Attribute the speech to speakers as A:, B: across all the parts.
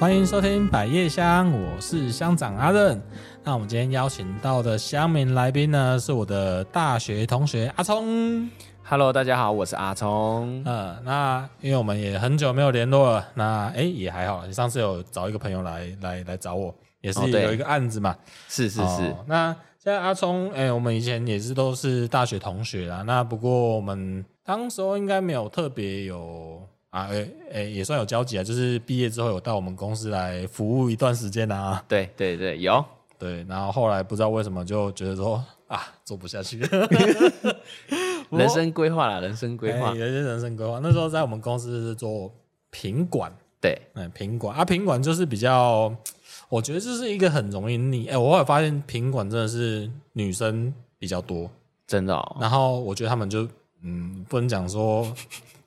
A: 欢迎收听百叶香，我是乡长阿任。那我们今天邀请到的乡民来宾呢，是我的大学同学阿聪。
B: Hello，大家好，我是阿聪。
A: 呃，那因为我们也很久没有联络了，那哎也还好。你上次有找一个朋友来来来找我，也是
B: 哦对
A: 有一个案子嘛。
B: 是是
A: 哦
B: 是，
A: 那现在阿聪，哎、我们以前也是都是大学同学啦。那不过我们当时候应该没有特别有啊，哎、哎、也算有交集啊。就是毕业之后有到我们公司来服务一段时间啊。
B: 对对对，有，
A: 对，然后后来不知道为什么就觉得说啊，做不下去，我
B: 人生规划啦，人生 规划
A: 哎，有一些人生规划。那时候在我们公司是做品管，
B: 对，
A: 嗯，品管啊，品管就是比较，我觉得这是一个很容易腻。哎、我后来发现品管真的是女生比较多。
B: 真的哦，
A: 然后我觉得他们就嗯，不能讲 说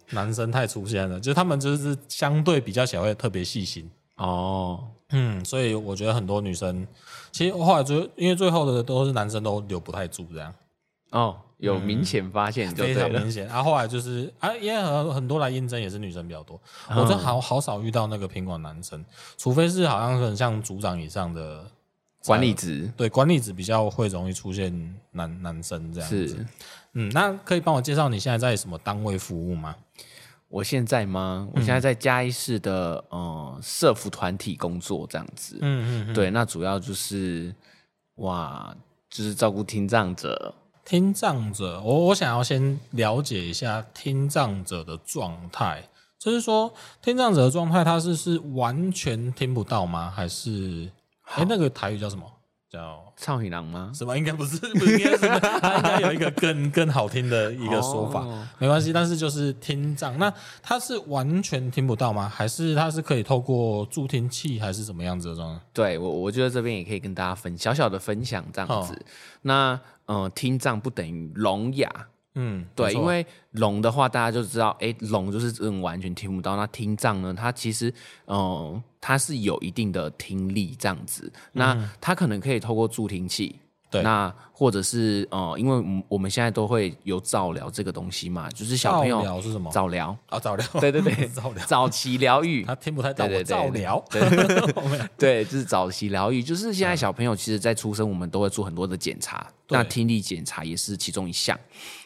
A: 男生太粗线了，就是他们就是相对比较小会特别细心。
B: 哦，
A: 嗯，所以我觉得很多女生，其实后来就因为最后的都是男生都留不太住，这样
B: 哦，有明显发现就
A: 非
B: 对
A: 常
B: 了，
A: 明显。啊，后来就是啊，因为很很多来应征也是女生比较多，
B: 嗯
A: 我真好好少遇到那个品管男生，除非是好像很像组长以上的，
B: 管理职
A: 对管理职比较会容易出现男男生这样子。
B: 是。
A: 嗯，那可以帮我介绍你现在在什么单位服务吗？
B: 我现在
A: 嗯
B: 吗？我现在在嘉义市的呃社服团体工作这样子，
A: 嗯嗯嗯，
B: 对，那主要就是哇，就是照顾听障者，
A: 听障者，我我想要先了解一下听障者的状态，就是说听障者的状态，他是是完全听不到吗？还是哎、那个台语叫什么？叫
B: 少女郎吗？
A: 什么？应该不是， 不应该是，他应该有一个更更好听的一个说法。
B: 哦
A: 没关系，但是就是听障，那他是完全听不到吗？还是他是可以透过助听器，还是怎么样子的状态？
B: 对我，我觉得这边也可以跟大家分小小的分享这样子。
A: 哦
B: 那呃，听障不等于聋哑，
A: 嗯，
B: 对，
A: 没错
B: 因为聋的话大家就知道，诶，聋就是这种完全听不到。那听障呢，它其实嗯、呃它是有一定的听力这样子。那它可能可以透过助听器。
A: 嗯对
B: 那或者是呃，因为我们我们现在都会有早疗这个东西嘛，就是小朋
A: 照
B: 友
A: 疗是什么？
B: 早疗，
A: 啊，早疗，
B: 对对对
A: 早疗，
B: 早期疗愈，
A: 他听不太到，
B: 对
A: 我
B: 对对
A: 照聊。
B: 对，就是早期疗愈，就是现在小朋友其实，在出生我们都会做很多的检查，
A: 对
B: 那听力检查也是其中一项。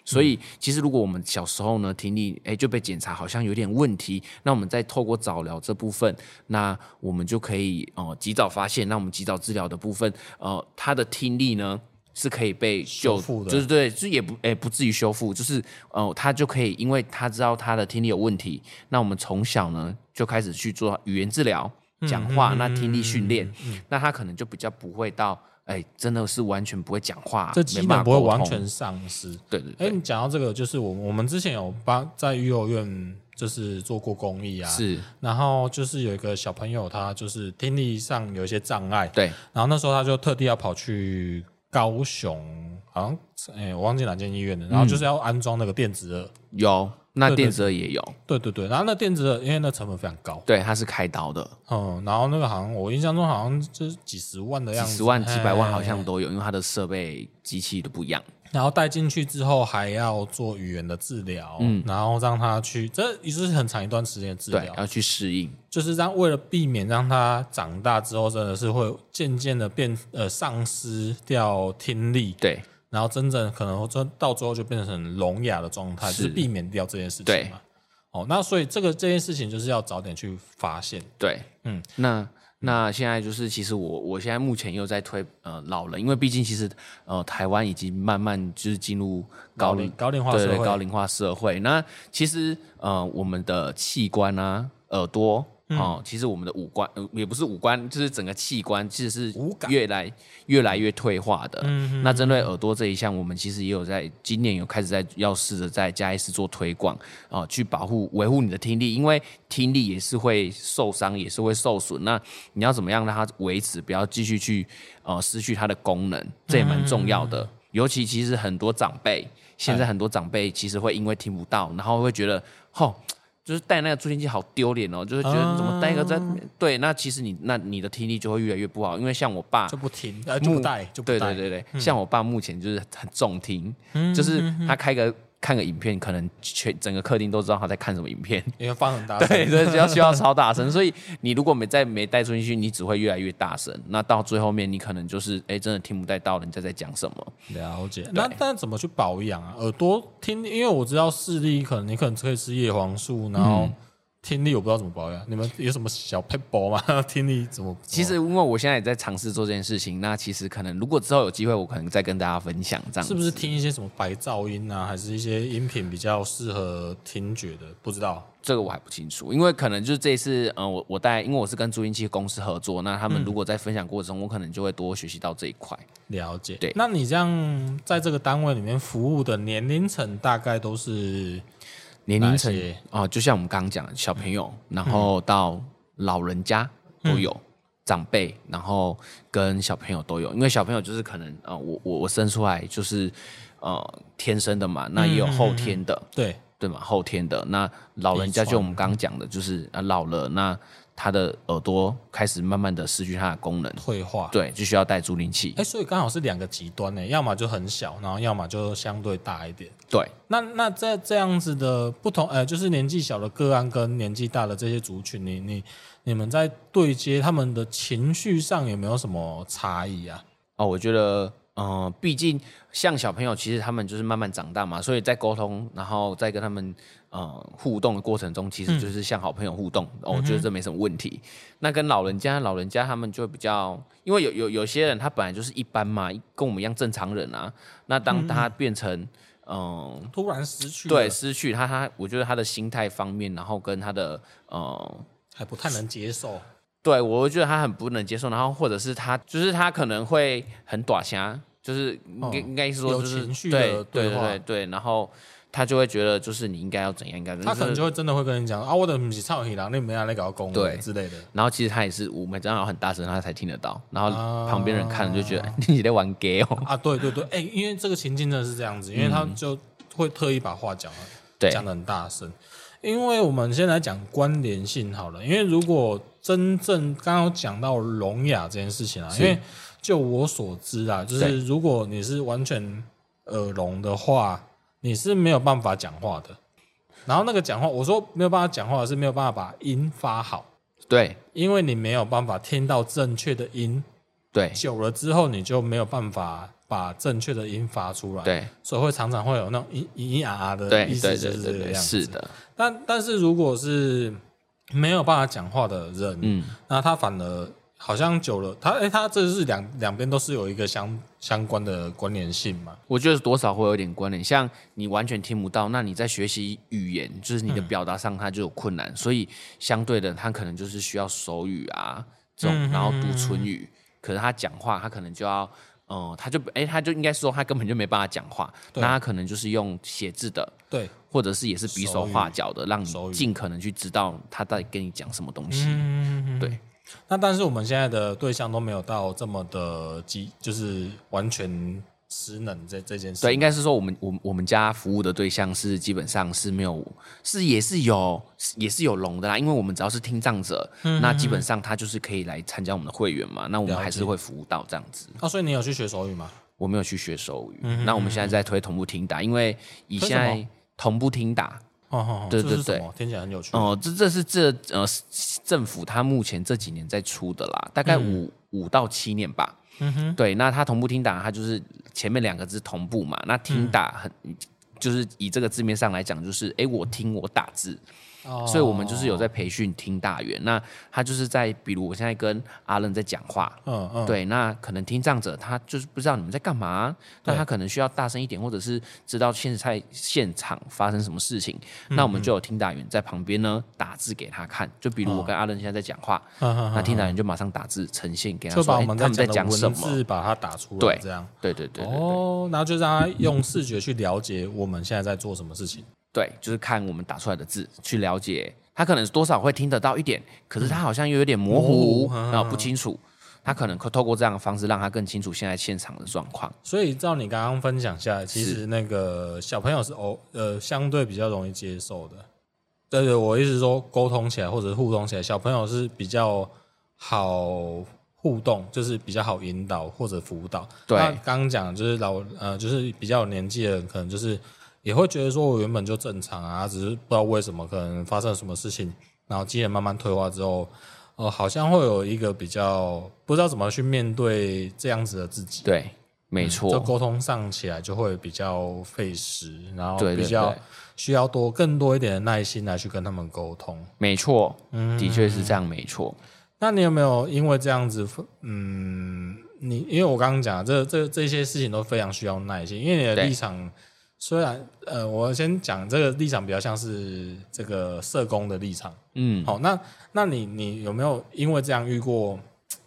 B: 所
A: 嗯
B: 以，其实如果我们小时候呢，听力哎就被检查好像有点问题，那我们再透过早疗这部分，那我们就可以呃及早发现，那我们及早治疗的部分，呃，他的听力呢。是可以被
A: 修
B: 修
A: 复的
B: 就是对，就是也不诶、不至于修复，就是呃，他就可以，因为他知道他的听力有问题，那我们从小呢就开始去做语言治疗、
A: 嗯
B: 讲话，那听力训练，那他可能就比较不会到，哎、真的是完全不会讲话，
A: 这基
B: 没
A: 本
B: 办法
A: 不会
B: 沟
A: 完
B: 通
A: 全丧失。
B: 对对
A: 哎、
B: 对，
A: 你讲到这个，就是我我们之前有帮在育幼院就是做过公益啊，，
B: 是，
A: 然后就是有一个小朋友他就是听力上有一些障碍，
B: 对，
A: 然后那时候他就特地要跑去高雄，好像是哎、我忘记哪间医院了，然后就是要安装那个电子耳，
B: 有，那
A: 对对
B: 电子耳也有，
A: 对对对，然后那电子耳因为那成本非常高，
B: 对，它是开刀的，
A: 嗯，然后那个好像我印象中好像就是几十万的
B: 几
A: 样子，
B: 十万、几百万好
A: 哎
B: 像都有，因为它的设备、机器都不一样。
A: 然后带进去之后还要做语言的治疗，然后让他去，这也是很长一段时间的治
B: 嗯对，
A: 疗，
B: 要去适应，
A: 就是让为了避免让他长大之后真的是会渐渐的变呃丧失掉听力，
B: 对
A: 然后真正可能真到最后就变成聋哑的状态，就是是避免掉这件事情
B: 对
A: 嘛。哦，那所以这个这件事情就是要早点去发现，
B: 对，
A: 嗯
B: 嗯，那那现在就是，其实我我现在目前又在推呃老人，因为毕竟其实呃台湾已经慢慢就是进入
A: 高
B: 高
A: 龄高龄化
B: 对
A: 社
B: 对
A: 会，
B: 高龄化社会。那其实呃我们的器官啊，耳朵。
A: 嗯
B: 哦，其实我们的五官、呃也不是五官，就是整个器官其实是
A: 五感
B: 越来越来越退化的。那针对耳朵这一项，我们其实也有在今年有开始在要试着在嘉义市做推广啊、去保护维护你的听力，因为听力也是会受伤，也是会受损。那你要怎么样让它维持，不要继续去呃失去它的功能，这也蛮重要的。尤其其实很多长辈，现在很多长辈其实会因为听不到，然后会觉得吼。就是戴那个助听器好丢脸哦，就是觉得你怎么戴一个在、
A: 啊
B: 对，那其实你那你的听力就会越来越不好，因为像我爸
A: 就不听，呃，就不带，就不
B: 对
A: 带，嗯
B: 对对对，像我爸目前就是很重听，就是他开个看个影片，可能全整个客厅都知道他在看什么 影片。
A: 因为放很大声，
B: 对，所以要需要超大声。所以你如果没再没带出去，你只会越来越大声。那到最后面，你可能就是哎、真的听不太到人家在讲什么。
A: 了解。那但怎么去保养啊？耳朵听，因为我知道视力可能你可能可以吃叶黄素，然后
B: 嗯
A: 听力我不知道怎么保养。你们有什么小 p e 吗？ 听力怎么？
B: 其实，因为我现在也在尝试做这件事情，那其实可能如果之后有机会，我可能再跟大家分享这样子。
A: 是不是听一些什么白噪音啊，还是一些音频比较适合听觉的？不知道。
B: 这个我还不清楚，因为可能就是这一次，嗯、我我带，因为我是跟助音器公司合作，那他们如果在分享过程中，我可能就会多学习到这一块。
A: 了解。
B: 对
A: 那你这样在这个单位里面服务的年龄层大概都是
B: 年龄层
A: 哪些
B: 啊、就像我们刚刚讲的，小朋友，然后到老人家都有。长辈，然后跟小朋友都有，因为小朋友就是可能，呃，我我我生出来就是，呃，天生的嘛，那也有后天的，
A: 对
B: 对嘛，后天的。那老人家就我们刚刚讲的，就是啊老了，那他的耳朵开始慢慢的失去它的功能，
A: 退化。
B: 对，就需要带助听器
A: 哎、。所以刚好是两个极端呢、要么就很小，然后要么就相对大一点。
B: 对，
A: 那那在这样子的不同，呃，就是年纪小的个案跟年纪大的这些族群，你你你们在对接他们的情绪上有没有什么差异啊？
B: 哦，我觉得，呃，毕竟像小朋友，其实他们就是慢慢长大嘛，所以在沟通，然后在跟他们呃互动的过程中，其实就是像好朋友互动，哦我觉得这没什么问题。那跟老人家，老人家他们就会比较，因为有有有些人他本来就是一般嘛，跟我们一样正常人啊，那当他变成嗯、呃
A: 突然失去了
B: 对，失去他，他我觉得他的心态方面，然后跟他的呃
A: 还不太能接受。
B: 对，我会觉得他很不能接受，然后或者是他就是他可能会很短瞎，就是应该、
A: 哦
B: 应该是说
A: 有
B: 就是
A: 情绪的
B: 对
A: 对
B: 对
A: 话
B: 对对，然后他就会觉得就是你应该要怎样应该，
A: 他可能
B: 是
A: 就会真的会跟你讲啊，我的不是臭鱼郎，你们要来搞公
B: 对
A: 之类的。
B: 然后其实他也是我们这样很大声，他才听得到，然后
A: 啊
B: 旁边人看了就觉得、 你在玩 gay 哦，
A: 啊，对对对，哎、因为这个情境真的是这样子，因为他就会特意把话讲了。
B: 嗯对
A: 讲的很大声。因为我们先来讲关联性好了，因为如果真正刚刚有讲到聋哑这件事情啊，因
B: 是
A: 为就我所知啊，就是
B: 对
A: 如果你是完全耳聋的话，你是没有办法讲话的。然后那个讲话，我说没有办法讲话是没有办法把音发好，
B: 对
A: 因为你没有办法听到正确的音，
B: 对
A: 久了之后你就没有办法把正确的音发出来，
B: 对
A: 所以会常常会有那种咿咿呀呀的
B: 对
A: 意
B: 对
A: 思，
B: 对
A: 就是这
B: 对
A: 个
B: 对，
A: 样子。
B: 是的，
A: 但但是如果是没有办法讲话的人，
B: 嗯，
A: 那他反而好像久了，他哎、他这是两两边都是有一个相相关的关联性嘛？
B: 我觉得多少会有点关联。像你完全听不到，那你在学习语言，就是你的表达上它就有困难，所以相对的，他可能就是需要手语啊这
A: 嗯
B: 种，然后读唇语。可是他讲话，他可能就要，嗯、他就哎、他就应该说他根本就没办法讲话，
A: 对
B: 那他可能就是用写字的，
A: 对，
B: 或者是也是比手画脚的，让
A: 手语
B: 你尽可能去知道他在跟你讲什么东西。
A: 嗯，
B: 对。
A: 那但是我们现在的对象都没有到这么的极，就是完全失能这这件事。
B: 对，应该是说我们我们我们家服务的对象是基本上是没有是也是有是也是有聋的啦，因为我们只要是听障者，
A: 嗯
B: 那基本上他就是可以来参加我们的会员嘛，那我们还是会服务到这样子。
A: 啊，所以你有去学手语吗？
B: 我没有去学手语，
A: 嗯
B: 那我们现在在推同步听打，因为以
A: 推
B: 现
A: 什么
B: 在同步听打，
A: 哦哦，哦
B: 对
A: 这
B: 对
A: 是什
B: 对
A: 么听起来很有趣。
B: 哦、这这是这呃政府它目前这几年在出的啦，大概五、五到七年吧。嗯哼，对，那它同步听打，它就是前面两个字同步嘛，那听打很。就是以这个字面上来讲，就是哎、诶我听我打字，
A: 哦
B: 所以我们就是有在培训听打员。那他就是在，比如我现在跟阿任在讲话，
A: 嗯嗯，
B: 对，那可能听障者他就是不知道你们在干嘛、那他可能需要大声一点，或者是知道现在现场发生什么事情。
A: 嗯
B: 那我们就有听打员在旁边呢打字给他看，就比如我跟阿伦现在在讲话，
A: 嗯嗯
B: 那听打员就马上打字呈现给他
A: 就
B: 说，
A: 把
B: 哎
A: 我们
B: 他们在
A: 讲
B: 讲
A: 的
B: 什
A: 文
B: 么。
A: 字把它打出来，
B: 对
A: 这样。
B: 对对对对对、
A: 哦，然后就让他用视觉去了解我们现在在做什么事情。
B: 对，就是看我们打出来的字去了解，他可能多少会听得到一点，可是他好像又有点模
A: 嗯
B: 糊
A: 模糊嗯
B: 啊、不清楚。他可能可透过这样的方式，让他更清楚现在现场的状况。
A: 所以照你刚刚分享下来，其
B: 是
A: 实那个小朋友是哦呃相对比较容易接受的。对对，我意思是说沟通起来或者互动起来，小朋友是比较好互动，就是比较好引导或者辅导。
B: 对
A: 那刚刚讲的就是老呃就是比较有年纪的人，可能就是也会觉得说我原本就正常啊，只是不知道为什么可能发生了什么事情，然后经验慢慢退化之后，呃，好像会有一个比较不知道怎么去面对这样子的自己。
B: 对，没
A: 就
B: 错，
A: 沟通上起来就会比较费时，然后
B: 对对
A: 比较
B: 对
A: 需要多更多一点的耐心来去跟他们沟通。
B: 没错，
A: 嗯
B: 的确是这样，没错。
A: 那你有没有因为这样子，嗯，你因为我刚刚讲这这这些事情都非常需要耐心，因为你的
B: 对
A: 立场虽然呃，我先讲这个立场比较像是这个社工的立场。
B: 嗯，
A: 好，那那你你有没有因为这样遇过，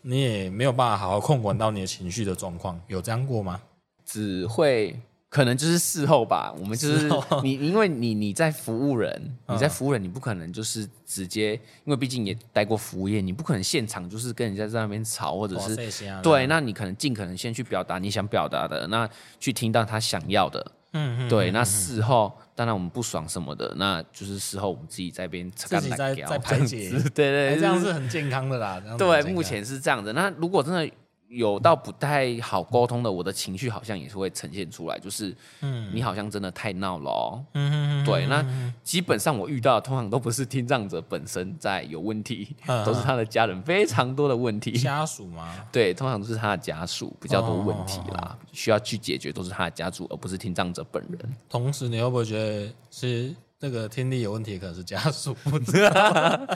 A: 你也没有办法好好控管到你的情绪的状况，有这样过吗？
B: 只会可能就是事后吧，我们就是你，因为你你在服务人，
A: 嗯
B: 你在服务人，你不可能就是直接，因为毕竟也待过服务业，你不可能现场就是跟人家在那边吵，或者是
A: 哇这些啊
B: 对，那你可能尽可能先去表达你想表达的，那去听到他想要的，
A: 嗯嗯，
B: 对，那事后当然我们不爽什么的，那就是事后我们自己在一边自
A: 自己在在排解
B: 对对
A: 哎
B: 对，
A: 这样是很健康的啦。这样子很
B: 对，
A: 健
B: 目
A: 康
B: 前是这样的。那如果真的有到不太好沟通的，我的情绪好像也是会呈现出来，就是，嗯，你好像真的太闹了、哦。
A: 嗯嗯嗯
B: 对，那基本上我遇到的通常都不是听障者本身在有问题，
A: 嗯
B: 都是他的家人非常多的问
A: 嗯
B: 题。
A: 家属嘛，
B: 对，通常都是他的家属比较多问题
A: 哦
B: 啦，需要去解决都是他的家属，而不是听障者本人。
A: 同时你会不会觉得是那个听力有问题，可能是家属不知道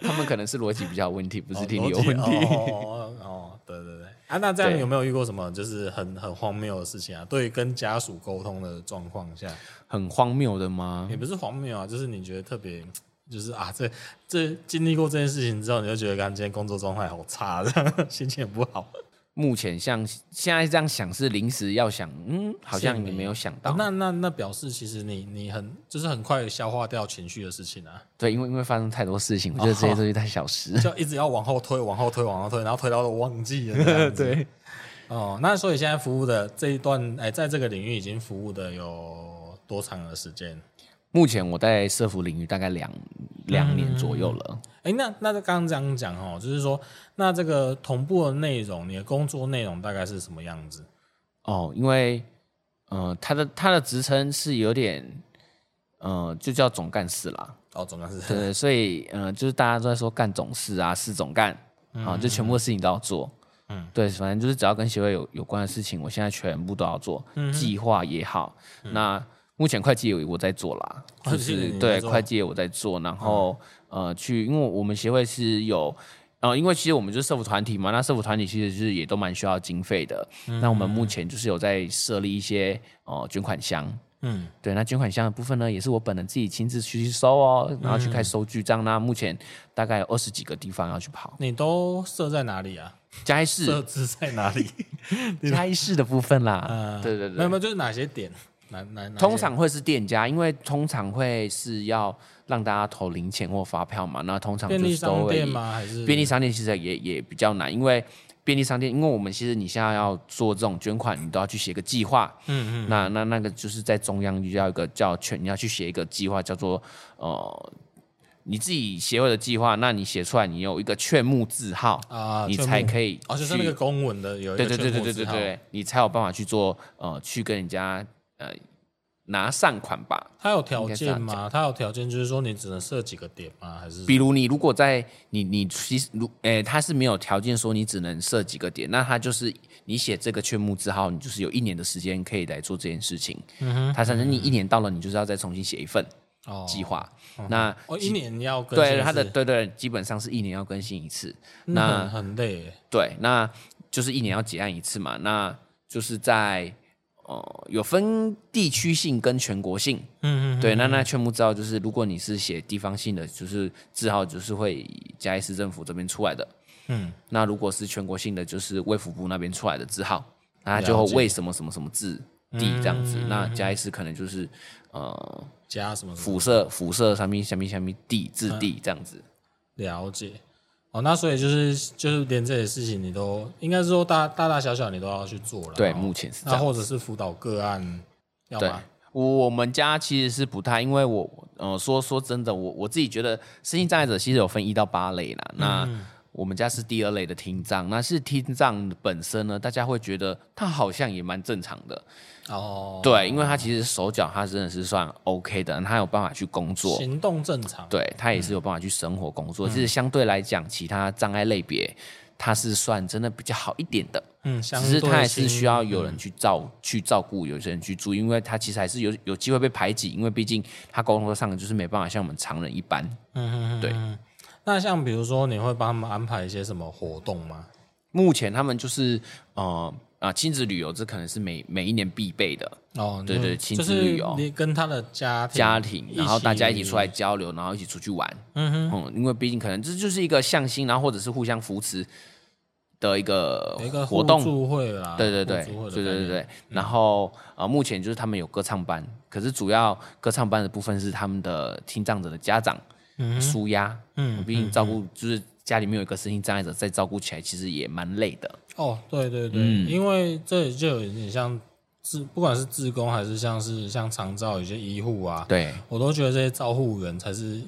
B: 他们可能是逻辑比较有问题，不是听力有
A: 哦逻辑
B: 问题。
A: 哦哦哦，对对对。啊，那这样
B: 对
A: 有没有遇过什么就是很很荒谬的事情啊？对于跟家属沟通的状况下，
B: 很荒谬的吗？
A: 也不是荒谬啊，就是你觉得特别。就是啊，这这经历过这件事情之后，你就觉得，感觉今天工作状态好差，这样 心情也不好。
B: 目前像现在这样想是临时要想，嗯，好像
A: 是
B: 也没有想
A: 哦
B: 到。
A: 那那那表示，其实你你很就是很快消化掉情绪的事情啊，
B: 对，因为因为发生太多事情，我觉得这些东西太小事。
A: 就一直要往后推，往后推，往后推，然后推到都忘记了。 这样子，
B: 对，
A: 哦，那所以现在服务的这一段，哎，在这个领域已经服务的有多长的时间？
B: 目前我在社服领域大概两两年左右了。
A: 哎，那那刚刚这样讲哦，就是说，那这个同步的内容，你的工作内容大概是什么样子？
B: 哦，因为呃，他的他的职称是有点呃，就叫总干事啦。
A: 哦，总干事，
B: 对，所以嗯、呃就是大家都在说干总事啊，事总干啊，就全部的事情都要做。
A: 嗯
B: 嗯，对，反正就是只要跟协会有有关的事情，我现在全部都要做，计划也好。那目前会计也我在做啦，
A: 会
B: 就
A: 计
B: 是
A: 你在
B: 对
A: 做
B: 会计也我在做，然后、呃，去因为我们协会是有。呃，因为其实我们就是社服团体嘛，那社服团体其实是也都蛮需要经费的。那我们目前就是有在设立一些呃捐款箱，
A: 嗯，
B: 对，那捐款箱的部分呢，也是我本人自己亲自去收哦，然后
A: 嗯
B: 去开收据账。那目前大概有二十几个地方要去跑。
A: 你都设在哪里啊？
B: 嘉义
A: 设
B: 市，
A: 置在哪里？
B: 嘉义市的部分啦
A: 嗯，
B: 对对
A: 没有没有，
B: 对，
A: 就是哪些点？哪哪？哪些
B: 通常会是店家，因为通常会是要让大家投零钱或发票嘛。那通常
A: 便
B: 就
A: 利
B: 是
A: 商
B: 都会
A: 店
B: 以
A: 吗？还是
B: 便利商店其实也也比较难，因为便利商店，因为我们其实你现在要做这种捐款，你都要去写个计划。嗯嗯。那那那个就是在中央就要一个叫全，你要去写一个计划，叫做呃你自己协会的计划。那你写出来，你有一个劝募字号，
A: 啊？
B: 你
A: 全部
B: 才可以
A: 哦，就是那
B: 去
A: 个公文的有一个
B: 对对对
A: 全
B: 对
A: 部
B: 对
A: 字
B: 对
A: 号
B: 对，你才有办法去做呃去跟人家呃拿善款吧。
A: 它有条
B: 应该是
A: 件
B: 这
A: 吗？它有条件，就是说你只能设几个点吗？还是
B: 比如你如果在你你其实如诶、他是没有条件说你只能设几个点，那他就是你写这个劝募之后，你就是有一年的时间可以来做这件事情。嗯哼，他反正你一年到了，你就是要再重新写一份
A: 哦
B: 计划。那
A: 哦，一年要更新一
B: 对
A: 次
B: 他的对对，基本上是一年要更新一次。
A: 那
B: 那
A: 很很累耶，
B: 对，那就是一年要结案一次嘛，那就是在呃有分地区性跟全国性，嗯嗯，对，那那全部知道就是如果你是写地方性的，就是字号就是会以嘉义市政府这边出来的，
A: 嗯，
B: 那如果是全国性的，就是卫福部那边出来的字号，那它就
A: 了
B: 会
A: 解
B: 为什么什么什么字地这样子，那嘉义市可能就是呃
A: 加什么什么
B: 辐射辐射上面下面下面地字地这样子，
A: 了解。哦，那所以就是就是连这些事情你都应该是说大大大小小你都要去做了。
B: 对，
A: 哦
B: 目前是这
A: 那
B: 样。
A: 或者是辅导个案，要
B: 对
A: 吗？，
B: 我我们家其实是不太，因为我呃说说真的，我我自己觉得身心障碍者其实有分一到八类啦。那我们家是第二类的听障，那是听障本身呢，大家会觉得他好像也蛮正常的，
A: 哦，
B: 对，因为他其实手脚他真的是算 OK 的，他有办法去工作，
A: 行动正常，
B: 对他也是有办法去生活工作。其实相对来讲，其他障碍类别他是算真的比较好一点的，
A: 嗯，相对嗯
B: 只是他还是
A: 性
B: 需要有人去照、去照顾，有些人去住，因为他其实还是有有机会被排挤，因为毕竟他工作上就是没办法像我们常人一般。
A: 嗯，嗯嗯
B: 对
A: 嗯那像比如说，你会帮他们安排一些什么活动吗？
B: 目前他们就是呃啊亲子旅游，这可能是每每一年必备的
A: 哦，
B: 对
A: 你
B: 对亲
A: 就
B: 子
A: 是
B: 旅游
A: 你跟他的家庭
B: 家庭，然后大家一起出来
A: 起，
B: 交流，然后一起出去玩。嗯哼，嗯，因为毕竟可能这就是一个向心，然后或者是互相扶持的一个
A: 有一个
B: 活动
A: 互。助会啦，
B: 对对对，
A: 互助会
B: 对
A: 的
B: 对
A: 概
B: 对
A: 念，
B: 对。然后呃，目前就是他们有歌唱班，可是主要歌唱班的部分是他们的听障者的家长舒压，嗯，毕竟照顾就是家里面有一个身心障碍者，再照顾起来其实也蛮累的。
A: 哦，对对对，
B: 嗯
A: 因为这里就有点像自，不管是自工还是像是像长照有些医护啊，
B: 对
A: 我都觉得这些照护员才是，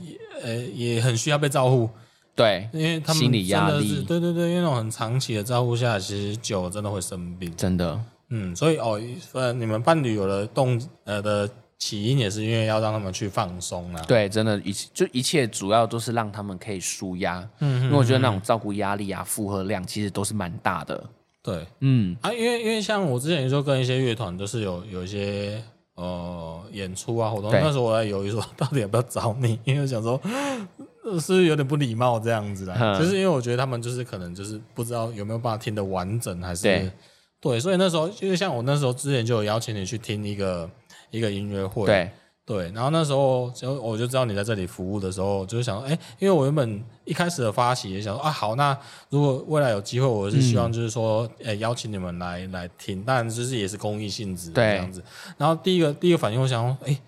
A: 呃，也很需要被照护，
B: 对，
A: 因为他们
B: 心理压
A: 真的是
B: 力
A: 对对对，因为那种很长期的照护下，其实久了真的会生病。
B: 真的，
A: 嗯，所以哦，呃，你们伴侣有了动呃的起因也是因为要让他们去放松啊。
B: 对，真的，一切就一切主要都是让他们可以舒压。嗯，因为我觉得那种照顾压力啊、负荷量其实都是蛮大的。
A: 对
B: 嗯，
A: 啊，因为因为像我之前就跟一些乐团，就是有有一些呃演出啊活动，
B: 对
A: 那时候我在犹豫说到底要不要找你，因为我想说。呃是不是有点不礼貌这样子啦？
B: 嗯
A: 就是因为我觉得他们就是可能就是不知道有没有办法听得完整，还是
B: 对
A: 对所以那时候因为像我那时候之前就有邀请你去听一个一个音乐会，
B: 对，
A: 对，然后那时候就我就知道你在这里服务的时候，就是想说，哎、因为我原本一开始的发起也想说啊，好，那如果未来有机会，我是希望就是说，哎、邀请你们来来听，当然就是也是公益性质的
B: 对
A: 这样子。然后第一个第一个反应，我想说，哎、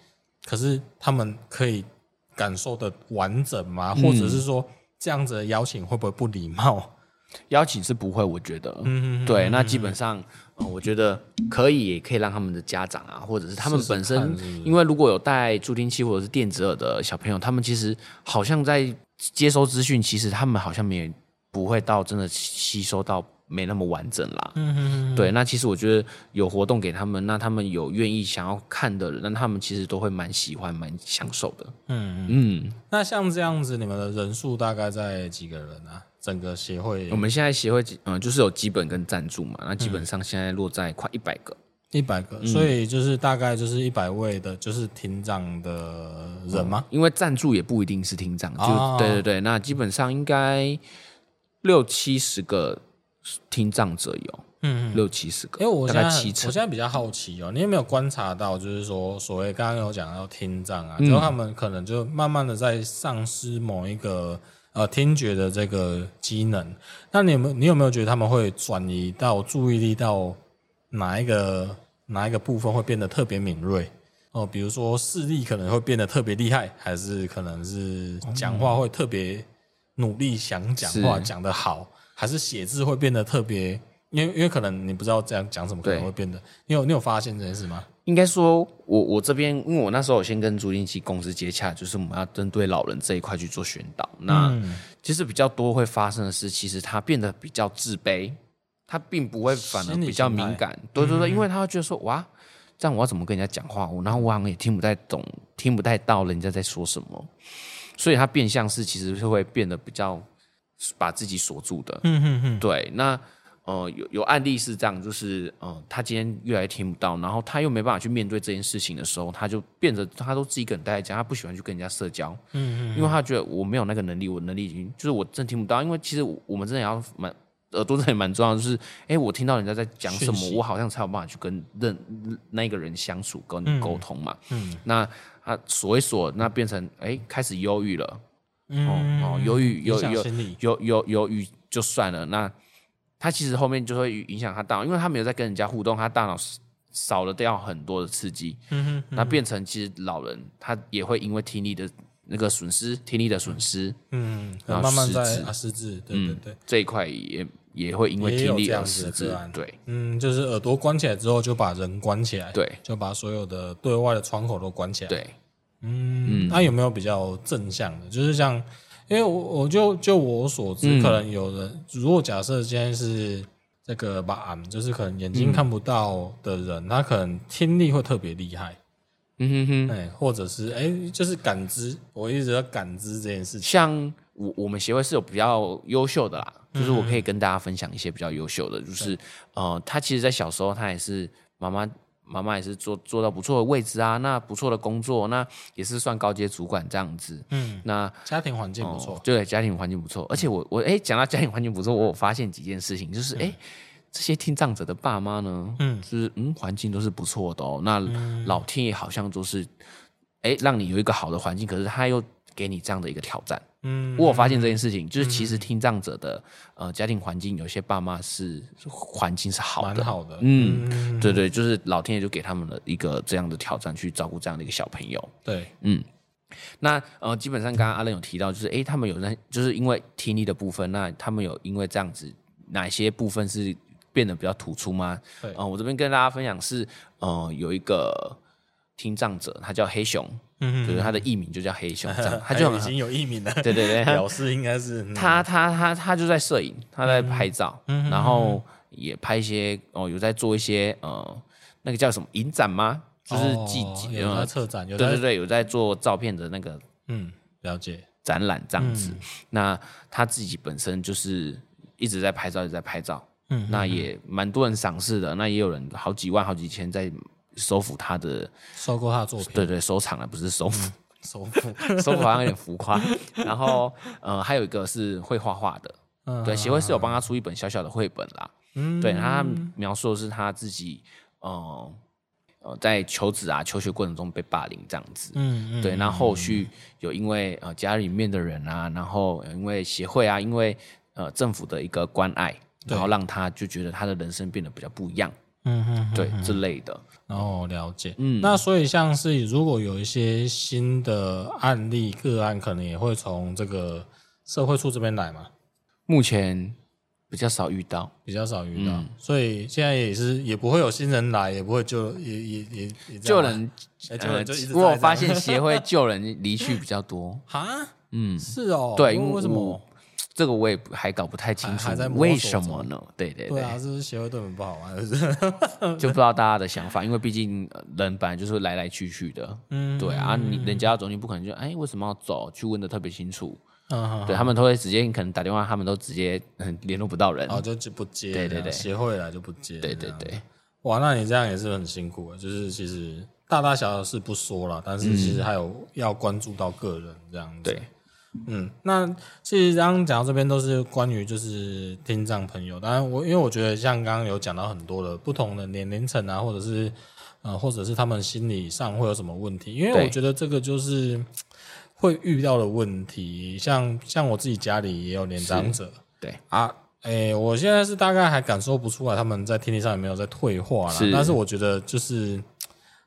A: 可是他们可以感受的完整吗？或者是说这样子的邀请会不会不礼貌？
B: 邀请是不会，我觉得。嗯对，那基本上、呃我觉得可以，也可以让他们的家长啊，或者是他们
A: 试试
B: 本身，
A: 看是不是
B: 因为如果有带助听器或者是电子耳的小朋友，他们其实好像在接收资讯，其实他们好像没有不会到真的吸收到没那么完整啦。嗯嗯对，那其实我觉得有活动给他们，那他们有愿意想要看的人，那他们其实都会蛮喜欢、蛮享受的。
A: 嗯，
B: 嗯，
A: 那像这样子，你们的人数大概在几个人啊？整个协会
B: 我们现在协会嗯、呃就是有基本跟赞助嘛，那基本上现在落在快一百个。
A: 一百个，所以就是大概就是一百位的，就是庭长的人吗？
B: 因为赞助也不一定是厅长，就、
A: 哦
B: 对对对，那基本上应该六七十个听障者有，嗯，六七十个，
A: 因为我
B: 大
A: 现
B: 概
A: 在
B: 七
A: 我现
B: 成，
A: 在比较好奇哦，你有没有观察到，就是说所谓刚刚有讲到听障啊，
B: 嗯
A: 就他们可能就慢慢的在丧失某一个呃听觉的这个机能。那你有没有你有没有觉得他们会转移到注意力到哪一个哪一个部分会变得特别敏锐？哦，比如说视力可能会变得特别厉害，还是可能是讲话会特别努力想讲话
B: 哦是
A: 讲得好，还是写字会变得特别？因为因为可能你不知道这样讲什么，可
B: 对
A: 能会变得。你有你有发现这件事吗？
B: 应该说我我这边，因为我那时候有先跟租赁期公司接洽，就是我们要针对老人这一块去做宣导。那、
A: 嗯
B: 其实比较多会发生的是，其实他变得比较自卑，他并不会反而
A: 心理嗯
B: 比较
A: 障碍
B: 敏感，对对对，因为他会觉得说哇。这样我要怎么跟人家讲话？我然后我好像也听不太懂，听不太到人家在说什么，所以他变相是其实是会变得比较把自己锁住的。嗯嗯嗯，对。那呃，有有案例是这样，就是呃，他今天越来越听不到，然后他又没办法去面对这件事情的时候，他就变得他都自己一个人待在家，他不喜欢去跟人家社交。嗯嗯，因为他觉得我没有那个能力，我能力已经就是我真的听不到，因为其实我我们真的要蛮。耳朵真的蛮重要，就是哎、诶我听到人家在讲什么
A: 讯，息
B: 我好像才有办法去跟认那个人相处，跟沟通嘛。嗯，那他锁一锁，那变成哎、诶开始忧郁了，
A: 嗯
B: 哦，忧郁
A: 影
B: 忧
A: 响
B: 忧
A: 心理
B: 忧忧忧郁就算了，那他其实后面就会影响他大脑，因为他没有在跟人家互动，他大脑少了掉很多的刺激，嗯哼，那变成其实老人他也会因为听力的那个损失，听力的损失，
A: 嗯，可
B: 然
A: 能
B: 后
A: 慢
B: 嗯
A: 慢
B: 失
A: 在
B: 智
A: 啊失智，对对对，
B: 这一块也也会因为
A: 也有
B: 听力
A: 这样
B: 而
A: 子
B: 失
A: 的
B: 智
A: 个案，
B: 对
A: 嗯，就是耳朵关起来之后就把人关起来，，
B: 对
A: 就把所有的对外的窗口都关起来，
B: 对，
A: 嗯，
B: 嗯
A: 那、有没有比较正向的？就是像，因因为我我就就我所知，
B: 嗯
A: 可能有人如果假设今天是这个吧，嗯就是可能眼睛看不到的人，他可能听力会特别厉害，
B: 嗯哼哼，
A: 哎、或者是哎、就是感知，我一直在感知这件事情。
B: 像我我们协会是有比较优秀的啦，
A: 嗯
B: 就是我可以跟大家分享一些比较优秀的，就是呃，他其实在小时候他也是妈妈。妈妈也是做做到不错的位置啊，那不错的工作，那也是算高阶主管这样子。
A: 嗯，
B: 那
A: 家庭环境不错
B: 哦，对，家庭环境不错。而且我我哎，讲到家庭环境不错，我有发现几件事情，就是哎、这些听障者的爸妈呢，
A: 嗯
B: 嗯，就是嗯，环境都是不错的哦。那老天爷好像都是哎，让你有一个好的环境，可是他又给你这样的一个挑战。
A: 嗯，
B: 我有发现这件事情，就是其实听障者的呃家庭环境，有些爸妈是环境是哦好
A: 蛮
B: 的，
A: 好的，
B: 嗯，对对，就是老天爷就给他们了一个这样的挑战，去照顾这样的一个小朋友。
A: 对，
B: 那呃，基本上刚刚阿伦有提到，就是诶，他们有那就是因为听力的部分，那他们有因为这样子哪些部分是变得比较突出吗？
A: 对
B: 呃，我这边跟大家分享是，呃，有一个听障者，他叫黑熊，
A: 嗯
B: 就是他的艺名就叫黑熊，这样他
A: 还
B: 就
A: 有已
B: 很
A: 经有艺名了，
B: 对对对，他
A: 表示应该是嗯
B: 他他他他就在摄影，他在拍照，然
A: 嗯
B: 后也拍一些哦，有在做一些呃，那个叫什么影展吗？就是季
A: 哦
B: 节、
A: 有在
B: 呃
A: 策展，有
B: 对对
A: 在
B: 对，有在做照片的那个
A: 嗯了解，
B: 展览这样
A: 嗯
B: 子。那他自己本身就是一直在拍照，一直在拍照，
A: 嗯
B: 那也蛮多人赏识的，那也有人好几万、好几千在收服他的，
A: 收购他的作品，
B: 对对，收藏啊了不是收服，
A: 收购，
B: 收服好像有点浮夸。然后呃，还有一个是会画画的，
A: 嗯
B: 对，协会是有帮他出一本小小的绘本啦。
A: 嗯
B: 对，他描述的是他自己，呃呃，在求职啊、求学过程中被霸凌这样子。
A: 嗯嗯，
B: 对，那后续有因为呃家里面的人啊，然后因为协会啊，因为呃政府的一个关爱，然后让他就觉得他的人生变得比较不一样，
A: 嗯嗯。
B: 对之类的。
A: 然后了解，嗯，那所以像是如果有一些新的案例个案，可能也会从这个社会处这边来嘛，
B: 目前比较少遇到，
A: 比较少遇到，
B: 嗯
A: 所以现在也是也不会有新人来，也不会就也也也也这
B: 救
A: 样嘛
B: 人，
A: 哎救人
B: 呃
A: 就一直
B: 我
A: 在
B: 有发现协会救人离去比较多。
A: 哈，嗯，是哦，
B: 对，因
A: 为为什么
B: 我？这个我也不还搞不太清楚
A: 还在，摸索
B: 为什么呢？对对
A: 对
B: 对，
A: 啊，是不是协会对我们不好 玩？是不是？
B: 就不知道大家的想法，因为毕竟呃人本来就是来来去去的，
A: 嗯
B: 对啊，你人家要走，你不可能就哎为什么要走，去问的特别清楚，
A: 嗯，
B: 对他们都会直接，你可能打电话，他们都直接嗯联络不到人
A: 然，后就哦就不接，
B: 对对对
A: 这样协会来就不接，
B: 对
A: 这
B: 对
A: 样
B: 对，
A: 哇，那你这样也是很辛苦啊，就是其实大大小小的事不说了，但是其实还有要关注到个人这样子。
B: 嗯对，
A: 嗯，那其实刚刚讲到这边都是关于就是听障朋友，当然我因为我觉得像刚刚有讲到很多的不同的年龄层啊，或者是呃，或者是他们心理上会有什么问题，因为
B: 对
A: 我觉得这个就是嘖会遇到的问题，像像我自己家里也有年长者，
B: 对
A: 啊。哎、我现在是大概还感受不出来他们在听力上有没有在退化啦，
B: 是
A: 但是我觉得就是嘖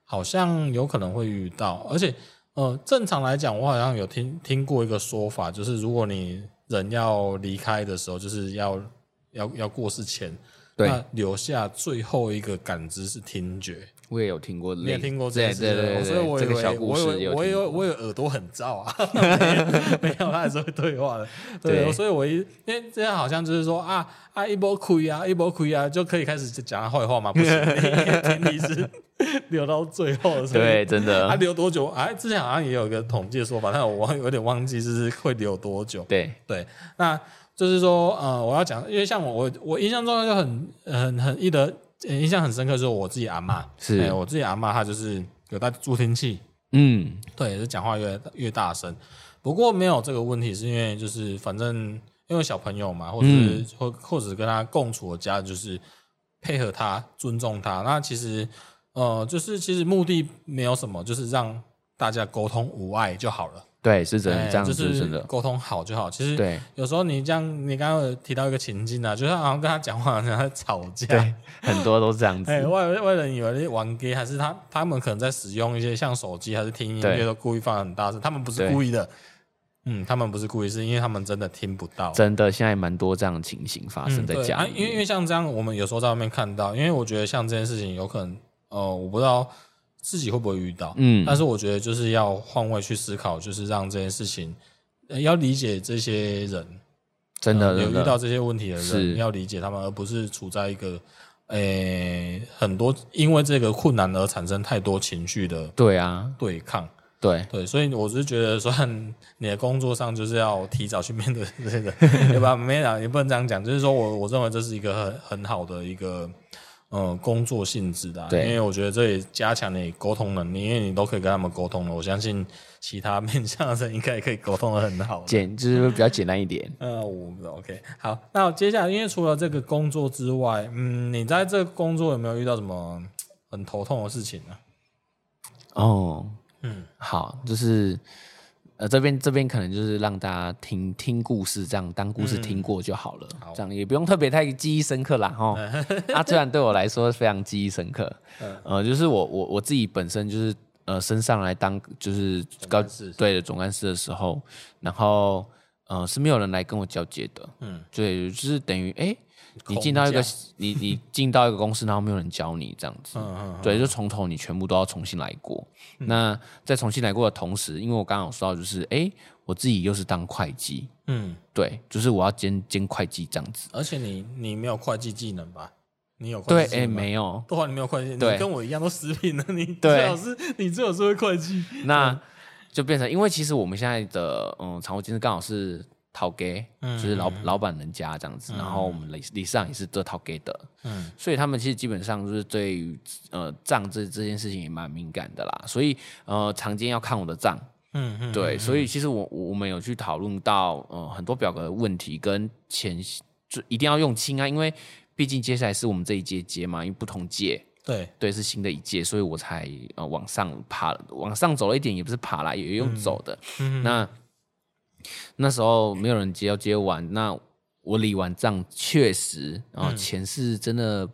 A: 好像有可能会遇到，而且呃，正常来讲，我好像有听听过一个说法，就是如果你人要离开的时候，就是要要要过世前，
B: 对
A: 那留下最后一个感知是听觉。
B: 我也有听过类，
A: 你也听过这
B: 对
A: 件事对
B: 对
A: 不
B: 对
A: 对
B: 对，
A: 哦所以我以
B: 这
A: 为
B: 个小故事也有
A: 我以
B: 听
A: 为
B: 过，
A: 我以为耳朵很燥啊， 没有，他还是会对话 的。对，
B: 对
A: 所以我一因为这样好像就是说啊啊一波亏啊一波亏啊就可以开始讲他坏话嘛，不行， 你你是 留到最后的，所以
B: 对，真
A: 他、
B: 的，
A: 留多久？哎、之前好像也有一个统计的说法，但我忘有点忘记是会留多久。
B: 对
A: 对，那就是说，呃，我要讲，因为像我，我我印象中就很很很记得，呃印象很深刻，就是我自己阿嬷，
B: 是
A: 哎我自己阿嬷，她就是有带助听器，
B: 嗯，
A: 对，就讲话越越大声。不过没有这个问题，是因为就是反正因为小朋友嘛，或者
B: 嗯
A: 是或、或者是跟他共处的家，就是配合他、尊重他。那其实呃，就是其实目的没有什么，就是让大家沟通无碍就好了。
B: 对，是真
A: 哎
B: 的，这样
A: 就
B: 子是
A: 是
B: 真的，
A: 沟通好就好。其实
B: 对，
A: 有时候你这样，你刚刚有提到一个情境啊，就是好像跟他讲话，然后在吵架。
B: 很多都是这样子
A: 哎、，外外人以为你玩 gay，还是他他们可能在使用一些像手机还是听音乐
B: 对
A: 都故意放很大声，他们不是
B: 对
A: 故意的。嗯，他们不是故意，是因为他们真的听不到。
B: 真的，现在蛮多这样的情形发生
A: 嗯，
B: 在
A: 对
B: 家
A: 啊
B: 里，面
A: 因为因为像这样，我们有时候在外面看到，因为我觉得像这件事情有可能，呃，我不知道自己会不会遇到，
B: 嗯
A: 但是我觉得就是要换位去思考，就是让这件事情呃要理解这些人，
B: 真的
A: 呃有
B: 真
A: 遇到
B: 的
A: 这些问题的人，
B: 是
A: 要理解他们，而不是处在一个诶、很多因为这个困难而产生太多情绪的
B: 对啊，
A: 对抗。
B: 对，
A: 对，所以我是觉得，虽然你的工作上就是要提早去面对这 个，对吧？没有，也不能这样讲，就是说我我认为这是一个很很好的一个呃工作性质的、啊，因
B: 对
A: 为我觉得这也加强你沟通能力，因为你都可以跟他们沟通了，我相信其他面向的人应该也可以沟通的很好。啊
B: 简就是会比较简单一点。
A: 呃，我不知道 OK，好，那接下来因为除了这个工作之外，嗯，你在这个工作有没有遇到什么很头痛的事情呢、
B: 哦，
A: 嗯
B: 嗯，好，就是呃，这边这边可能就是让大家听听故事，这样当故事听过就好了，
A: 好
B: 这样也不用特别太记忆深刻啦哈。啊，虽然对我来说非常记忆深刻，呃，就是我我我自己本身就是呃升上来当就是高
A: 干事
B: 对的总干事的时候，然后呃是没有人来跟我交接的，
A: 嗯
B: 嗯，对，就是等于哎。你
A: 空
B: 进到一个
A: 降
B: 你你进到一个公司，然后没有人教你这样子，
A: 嗯嗯
B: 对，就从头你全部都要重新来过。那在重新来过的同时，因为我刚刚有说到，就是哎、诶我自己又是当会计，
A: 嗯，
B: 对，就是我要兼兼会计这样子。
A: 而且你你没有会计技能吧？你有会
B: 对，
A: 计技
B: 哎、
A: 能吗？
B: 没 有。
A: 对啊，你没有会计，你
B: 对
A: 跟我一样都食品了，你
B: 对
A: 最好是你最好是会会计。
B: 那就变成，因为其实我们现在的嗯常务监事刚好是陶给，
A: 嗯
B: 就是老老板人家这样子，然后我们理理事长也是做陶给的，
A: 嗯
B: 嗯，所以他们其实基本上就是对于呃账这这件事情也蛮敏感的啦，所以呃常监要看我的账，
A: 嗯嗯，
B: 对，所以其实我我我们有去讨论到呃很多表格的问题跟前就一定要用清啊，因为毕竟接下来是我们这一届接嘛，因为不同届。
A: 对，
B: 对，是新的一届，所以我才呃往上爬，往上走了一点，也不是爬啦，也
A: 嗯
B: 用走的。那那时候没有人接，要接完，那我理完账，确实啊、
A: 嗯
B: 钱是真的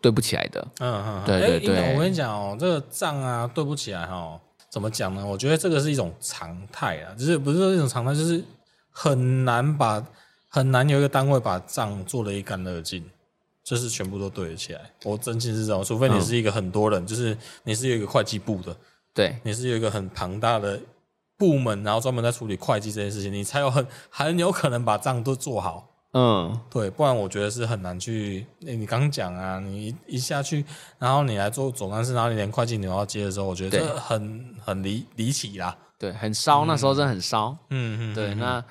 B: 对不起来的。
A: 嗯嗯，
B: 对
A: 哎
B: 对
A: 因为
B: 对
A: 我跟你讲哦，这个账啊，对不起啊，哈，怎么讲呢？我觉得这个是一种常态啊，就是不是说一种常态，就是很难把很难有一个单位把账做得一干二净。就是全部都对得起来，我真心是这样，除
B: 嗯
A: 非你是一个很多人，就是你是有一个会计部的，
B: 对，
A: 你是有一个很庞大的部门，然后专门在处理会计这件事情，你才有很很有可能把账都做好。
B: 嗯，
A: 对，不然我觉得是很难去。诶你刚讲啊，你一一下去，然后你来做总干事，然后你连会计你都要接的时候，我觉得
B: 对
A: 这很很离离奇啦。
B: 对，很烧，那时候真的很烧。
A: 嗯嗯，
B: 对，那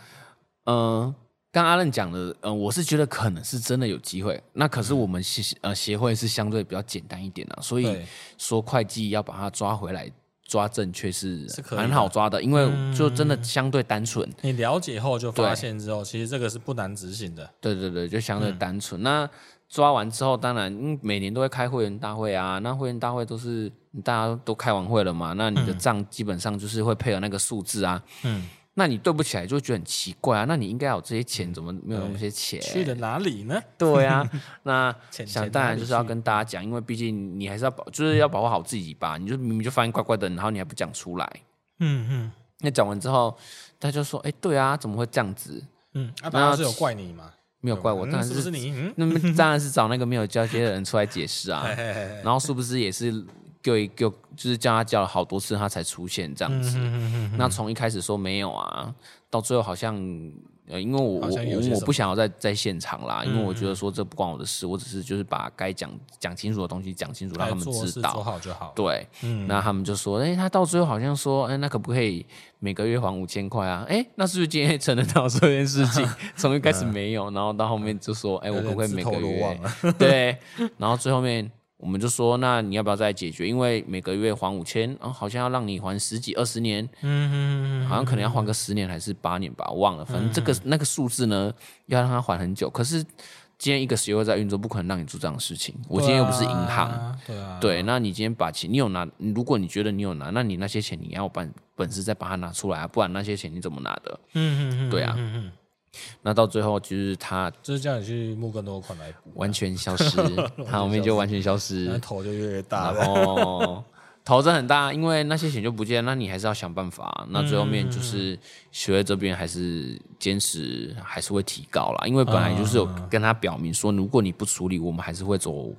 B: 呃，刚阿任讲的，呃，我是觉得可能是真的有机会。那可是
A: 嗯
B: 我们协呃协会是相对比较简单一点的、啊所以
A: 对
B: 说会计要把它抓回来。抓正确是
A: 是可以的嗯
B: 很好抓的，因为就真的相对单纯，
A: 你了解后就发
B: 对
A: 现之后，其实这个是不难执行的。
B: 对对对，就相
A: 嗯
B: 对单纯。那抓完之后，当然，嗯，每年都会开会员大会啊。那会员大会都是嗯大家都开完会了嘛，那你的账基本上就是会配合那个数字啊。
A: 嗯，
B: 那你对不起来，就会觉得很奇怪啊。那你应该有这些钱，怎么没有那些钱？
A: 去了哪里呢？
B: 对啊， 那
A: 钱
B: 想
A: 钱
B: 当
A: 哪
B: 然
A: 里
B: 就是要
A: 去
B: 跟大家讲，因为毕竟你还是要保，就是要保护好自己吧。你就明明就发现怪怪的，然后你还不讲出来。
A: 嗯嗯
B: 那讲完之后，他就说：“哎、对啊，怎么会这样子？
A: 嗯，啊，当然是有怪你嘛，
B: 没有怪我，
A: 嗯
B: 当然
A: 是不是你？嗯，
B: 那么当然是找那个没有交接的人出来解 释啊。
A: 嘿嘿嘿
B: 然后是不是也是给一给，就是叫他叫了好多次，他才出现这
A: 嗯
B: 样子。那从一开始说没有啊，到最后好像呃，因为我
A: 好
B: 我
A: 像有些
B: 我
A: 什
B: 我
A: 么嗯
B: 不想要在在现场啦，因为我觉得说这不关我的事，我只是就是把该讲讲清楚的东西讲清楚，让
A: 该
B: 他们
A: 做的事做
B: 知道。
A: 好就好。
B: 对，
A: 嗯
B: 那他们就说，哎、他到最后好像说，哎、那可不可以每个月还五千块啊？哎、那是不是今天承认到这件 事情？从一开始没有，然后到后面就说，哎、我可不可以每个
A: 嗯有点自投罗
B: 月
A: 网啊？
B: 对，然后最后面我们就说，那你要不要再解决？因为每个月还五千，哦，好像要让你还十几二十年，
A: 嗯嗯嗯
B: 好像可能要还个十年还是八年吧，忘了。反正这个那个数字呢，要让他还很久。可是今天一个协会在运作，不可能让你做这样的事情。我今天又不是银行。，
A: 对啊，
B: 对，那你今天把钱，你有拿？如果你觉得你有拿，那你那些钱你要本本事再把它拿出来啊，不然那些钱你怎么拿的？
A: 嗯嗯嗯，
B: 对啊
A: 嗯嗯，嗯
B: 那到最后就是他
A: 就是叫你去募更多的款来补，
B: 完全消失，他后面就完全消失
A: 那，头就越来越大了。
B: 然后投资很大，因为那些钱就不见，那你还是要想办法。啊那最后面就是学会这边还是坚持，还是会提高啦，因为本来就是有跟他表明说，如果你不处理，我们还是会走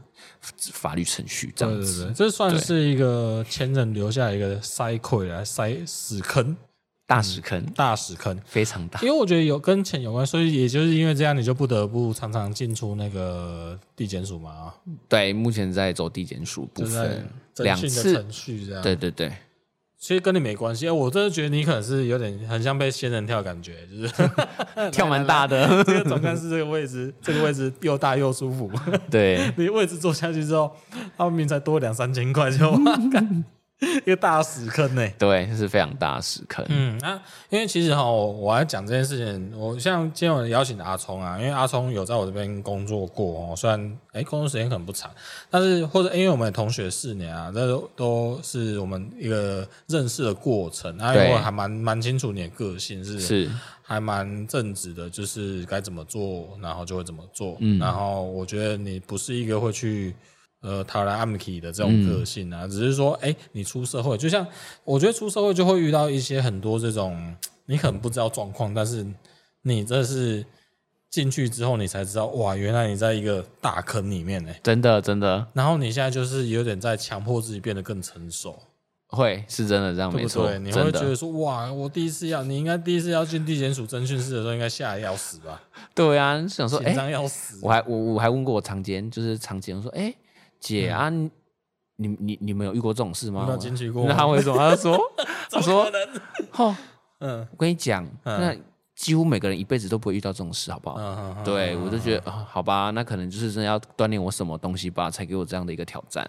B: 法律程序这
A: 对
B: 样
A: 对
B: 子。
A: 对，这算是一个前人留下一个塞溃啊，塞屎坑。
B: 大屎坑，
A: 大屎 坑。
B: 非常大
A: 因。为我觉得有跟钱有关，所以也就是因为这样，你就不得不常常进出那个地检署嘛，
B: 对，目前在走地检署部
A: 就在嗯
B: 分，
A: 侦
B: 两
A: 讯
B: 次
A: 的程序这样。
B: 对，对对，
A: 其实跟你没关系。哎我真的觉得你可能是有点很像被仙人跳的感觉， 就是
B: 跳蛮大的，
A: 这个总干事这个位置， 这个位置又大又舒服。
B: 对，
A: 你位置坐下去之后，他们明明才多两三千块就 一个大屎坑呢、
B: 对，是非常大的屎坑。
A: 嗯，那、因为其实哈，我我要讲这件事情，我像今天我邀请的阿聪啊，因为阿聪有在我这边工作过哦，虽然哎、工作时间可能不长，但是或者因为我们同学四年啊，这都都是我们一个认识的过程，啊，因为
B: 对
A: 我还蛮蛮清楚你的个性是
B: 是，
A: 还蛮正直的，就是该怎么做，然后就会怎么做。
B: 嗯
A: 然后我觉得你不是一个会去呃讨来暗 k 的这种个性
B: 嗯
A: 啊，只是说，哎、你出社会，就像我觉得出社会就会遇到一些很多这种你可能不知道状况，但是你这是进去之后你才知道，哇，原来你在一个大坑里面呢、欸
B: 真的真的
A: 然后你现在就是有点在强迫自己变得更成熟，
B: 会是真的这样，
A: 对
B: 没
A: 不
B: 错
A: 对？，你会
B: 真
A: 觉得
B: 的
A: 说，哇，我第一次要，你应该第一次要进地检署侦讯室的时候，应该吓得要死吧？
B: 对啊，想说，
A: 紧
B: 哎，
A: 张要死。
B: 我还我我还问过我长姐，就是长姐，我说，哎，姐啊，你你你你们有遇过这种事
A: 你嗯
B: 吗？
A: 没有
B: 我
A: 进去过，
B: 那他会说，他就说，他说，哦，
A: 嗯
B: 我跟你讲，
A: 嗯
B: 那几乎每个人一辈子都不会遇到这种事，好不 好？
A: 嗯嗯，
B: 对，我就觉得、啊好吧，那可能就是真的要锻炼我什么东西吧，才给我这样的一个挑战。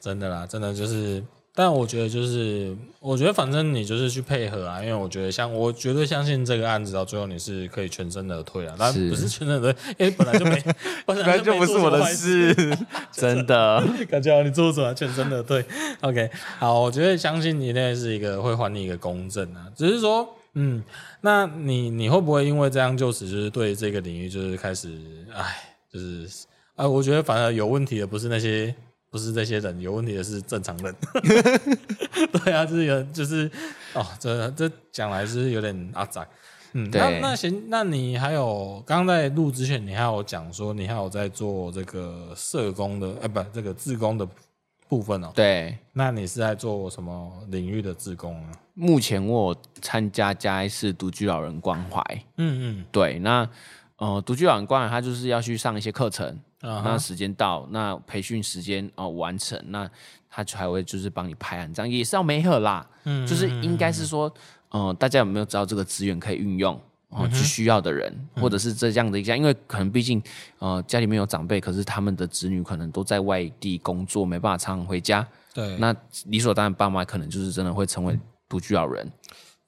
A: 真的啦，真的就是，但我觉得就是，我觉得反正你就是去配合啊，因为我觉得像我绝对相信这个案子到最后你是可以全身而退啊，但
B: 是
A: 不是全身而退，因为本来就 没，本来就没做什么坏，
B: 事， 真的。
A: 感觉好啊你做什么全身而退。OK，好，我觉得相信你那是一个会还你一个公正啊，只是说。嗯，那你你会不会因为这样就此就是对这个领域就是开始，哎，就是啊，我觉得反而有问题的不是那些，不是这些人，有问题的是正常人。对啊，就是有，就是哦，这这讲来是有点阿杂。嗯，那
B: 对
A: 那行，那你还有刚刚在录之前，你还有讲说你还有在做这个社工的，呃，不，这个自工的部分哦。
B: 对，
A: 那你是在做什么领域的自工啊？
B: 目前我有参加嘉义市独居老人关怀。
A: 嗯
B: 对，那呃，独居老人关怀他就是要去上一些课程，
A: 嗯啊
B: 那
A: 哈，
B: 时间到，那培训时间哦、完成，那他才会就是帮你拍案，这样也是要没合啦。
A: 嗯
B: 就是应该是说，嗯、大家有没有知道这个资源可以运用？哦，去需要的人，或者是这样的一家，因为可能毕竟，呃，家里面有长辈，可是他们的子女可能都在外地工作，没办法常常回家。
A: 对。
B: 那理所当然，爸妈可能就是真的会成为独居老人。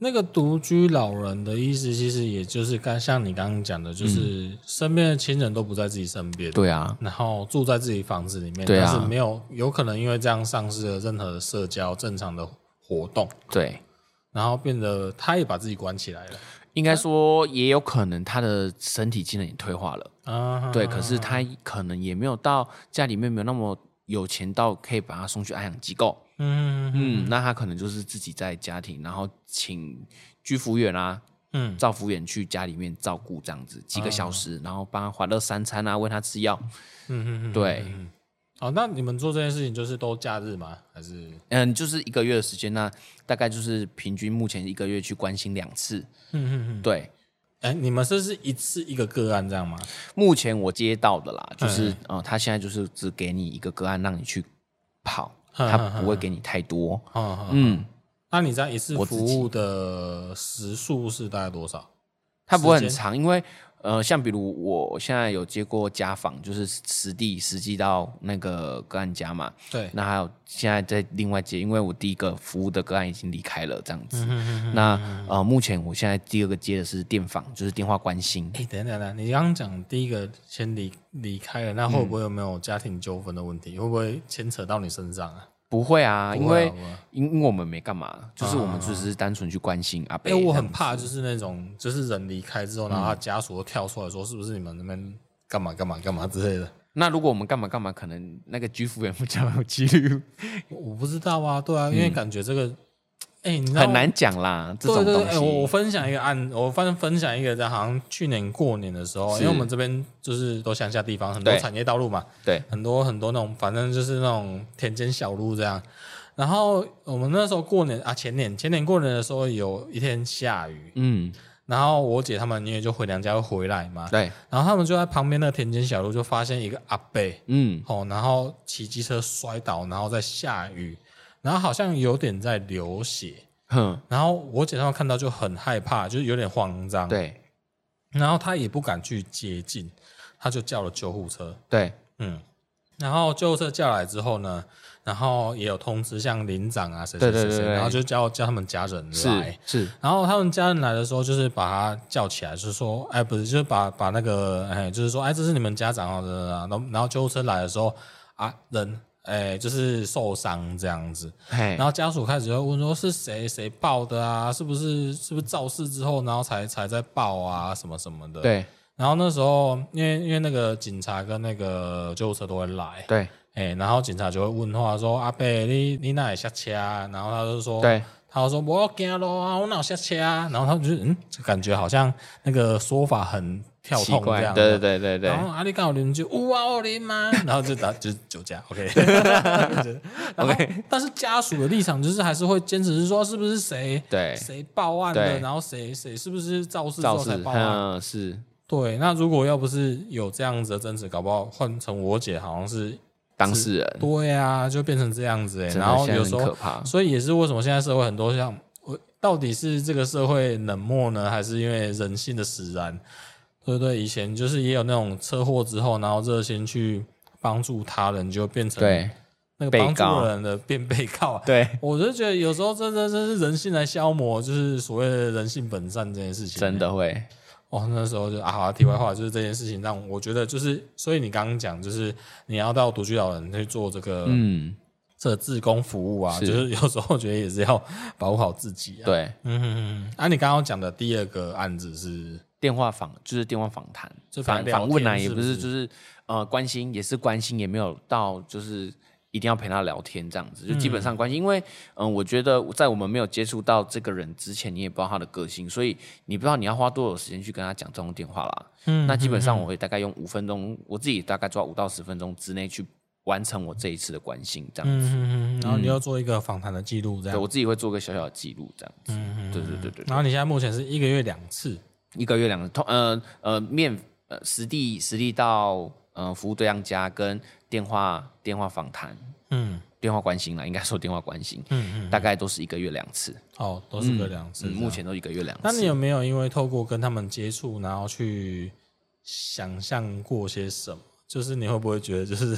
A: 那个独居老人的意思，其实也就是刚像你刚刚讲的，就是身边的亲人都不在自己身边，
B: 对啊，
A: 然后住在自己房子里面，
B: 对啊
A: 但是没有有可能因为这样丧失了任何社交正常的活动，
B: 对，
A: 然后变得他也把自己关起来了
B: 应该说也有可能他的身体机能也退化了。
A: 啊。
B: 对，可是他可能也没有到家里面没有那么有钱到可以把他送去安养机构。
A: 嗯
B: 嗯，那他可能就是自己在家庭，然后请居服务员啊，
A: 嗯哦
B: 照服务员去家里面照顾这样子几个小时，然后帮他欢乐三餐啊，喂他吃药。
A: 嗯嗯嗯，
B: 对，
A: 哦，那你们做这件事情就是都假日吗？还是
B: 嗯，就是一个月的时间，那大概就是平均目前一个月去关心两次。
A: 嗯嗯嗯，
B: 对，
A: 哎，你们是是一次一个个案这样吗？
B: 目前我接到的啦，
A: 哎
B: 就是呃，他现在就是只给你一个个案让你去跑，
A: 嗯
B: 他
A: 嗯嗯
B: 不会给你太多。
A: 哦哦，
B: 嗯，
A: 那你这样一次
B: 我自己
A: 服务的时数是大概多少？
B: 它不会
A: 时
B: 很
A: 间
B: 长，因为呃，像比如我现在有接过家访，就是实地实际到那个个案家嘛，
A: 对，
B: 那还有现在在另外接，因为我第一个服务的个案已经离开了，这样子。
A: 嗯
B: 那呃，目前我现在第二个接的是电访，就是电话关心。
A: 哎、等一下等一下，你刚刚讲第一个先离离开了，那会不会有没有家庭纠纷的问题？会不会牵扯到你身上啊？
B: 不会啊，因
A: 不会
B: 为
A: 啊不会啊
B: 因因为我们没干嘛，就是我们只是单纯去关心阿
A: 哎、
B: 贝。
A: 我很怕就是那种，就是人离开之后，然后他家属跳出来说，是不是你们那边干嘛干嘛干嘛之类的？
B: 那如果我们干嘛干嘛，可能那个居服员比 较有 几率，
A: 我我不知道啊，对啊，因为感觉这个，哎、你知道
B: 很难讲啦。这
A: 对
B: 种
A: 对
B: 东
A: 对，
B: 西，
A: 哎我我分享一个案，我分分享一个，在好像去年过年的时候，
B: 是
A: 因为我们这边就是都乡下地方，很多
B: 对
A: 产业道路嘛，
B: 对
A: 很多很多那种，反正就是那种田间小路这样。然后我们那时候过年啊，前年前年过年的时候有一天下雨，
B: 嗯，
A: 然后我姐他们因为就回娘家会回来嘛，
B: 对，
A: 然后他们就在旁边那个田间小路就发现一个阿伯，
B: 嗯，
A: 哦，然后骑机车摔倒，然后在下雨，然后好像有点在流血，
B: 哼，
A: 然后我姐他们看到就很害怕，就是有点慌张，，
B: 对
A: 然后她也不敢去接近，她就叫了救护车，
B: 对，
A: 嗯，然后救护车叫来之后呢，然后也有通知像领长啊谁谁
B: 对
A: 谁
B: 对对
A: 谁，
B: 对
A: 然后就叫叫他们家人
B: 是
A: 来。
B: 是，
A: 然后他们家人来的时候，就是把他叫起来，就是说，哎，不是，就是把把那个，哎，就是说，哎，这是你们家长哦，对对对然后然后救护车来的时候，啊，人，哎，就是受伤这样子。
B: 嘿
A: 然，后家属开始会问说，是谁谁报的啊？是不是是不是肇事之后，然后才才在报啊，什么什么的。。
B: 对
A: 然后那时候，因为因为那个警察跟那个救护车都会来，
B: 对
A: 哎、然后警察就会问话说：“阿伯，你你哪里下车啊？”然后他就说：“，
B: 对，
A: 他就说我要惊咯啊，我哪有下车啊？”然后他们就嗯，就感觉好像那个说法很跳
B: 奇
A: 痛这
B: 怪，
A: 样，
B: 对。对对对
A: 然
B: 对
A: 后阿里刚好邻居，呜啊，我林 吗？然后就打就是酒驾，OK。然后
B: OK
A: 但是家属的立场就是还是会坚持是说是不是谁
B: 对，
A: 谁报案的，
B: 对
A: 然后谁谁是不是肇事之
B: 肇
A: 后
B: 事
A: 才，报啊案
B: 嗯，是
A: 对，那如果要不是有这样子的争执，搞不好换成我姐好像是，
B: 当事人，
A: 对啊，就变成这样子哎、
B: 真
A: 然
B: 的
A: 后
B: 现在
A: 有
B: 很
A: 时
B: 可
A: 候，
B: 怕，
A: 所以也是为什么现在社会很多像我，到底是这个社会冷漠呢，还是因为人性的使然？对不对，以前就是也有那种车祸之后，然后热心去帮助他人，就变成
B: 对
A: 那个
B: 被
A: 帮助
B: 告
A: 的人的变被告啊。
B: 对，
A: 我就觉得有时候这这这是人性来消磨，就是所谓的人性本善这件事情。
B: 真的会，
A: 哦，那时候就啊，好，题外
B: 嗯
A: 话就是这件事情让我觉得就是，所以你刚刚讲就是你要到独居老人去做这个、
B: 嗯，
A: 这个志工服务啊，
B: 是
A: 就是有时候觉得也是要保护好自己啊。，
B: 对，
A: 嗯哼哼哼。啊，你刚刚讲的第二个案子是，
B: 电话访就是电话访谈，
A: 就
B: 访
A: 反正聊
B: 访问啊，
A: 天
B: 也
A: 是
B: 不
A: 不
B: 是
A: 是
B: 就是呃关心，也是关心，也没有到就是一定要陪他聊天这样子，就基本上关心。因为嗯、呃我觉得在我们没有接触到这个人之前，你也不知道他的个性，所以你不知道你要花多少时间去跟他讲这种电话啦。
A: 嗯
B: 那基本上我会大概用五分钟，我自己大概抓五到十分钟之内去完成我这一次的关心这样
A: 嗯
B: 子。
A: 哼哼，然后你要做一个访谈的记录这
B: 对
A: 样。
B: 我自己会做个小小的记录这样
A: 嗯
B: 子。对对对对
A: 然后你现在目前是一个月两次，
B: 一个月两个通，呃呃面呃实地实地到呃服务对象家跟电话电话访谈、
A: 嗯
B: 电话关心啦，应该说电话关心，
A: 嗯嗯，
B: 大概都是一个月两次，
A: 哦，都是个两次、
B: 嗯，目。前都一个月两次。
A: 那你有没有因为透过跟他们接触，然后去想象过些什么？就是你会不会觉得，就是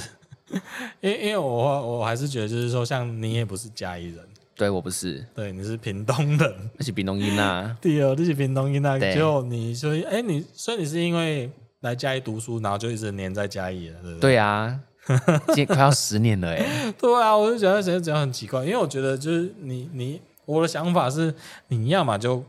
A: 因为因为我我还是觉得，就是说，像你也不是嘉义人，
B: 对我不是，
A: 对，你是屏东人，
B: 而且比农英啊，
A: 第二你是屏东人啊，
B: 对
A: 就你所以哎、你所以你是因为来嘉义读书，然后就一直黏在嘉义了，对不 对？
B: 对啊，这快要十年了哎，
A: 对啊，我就觉得觉得这样很奇怪，因为我觉得就是你你我的想法是，你要嘛就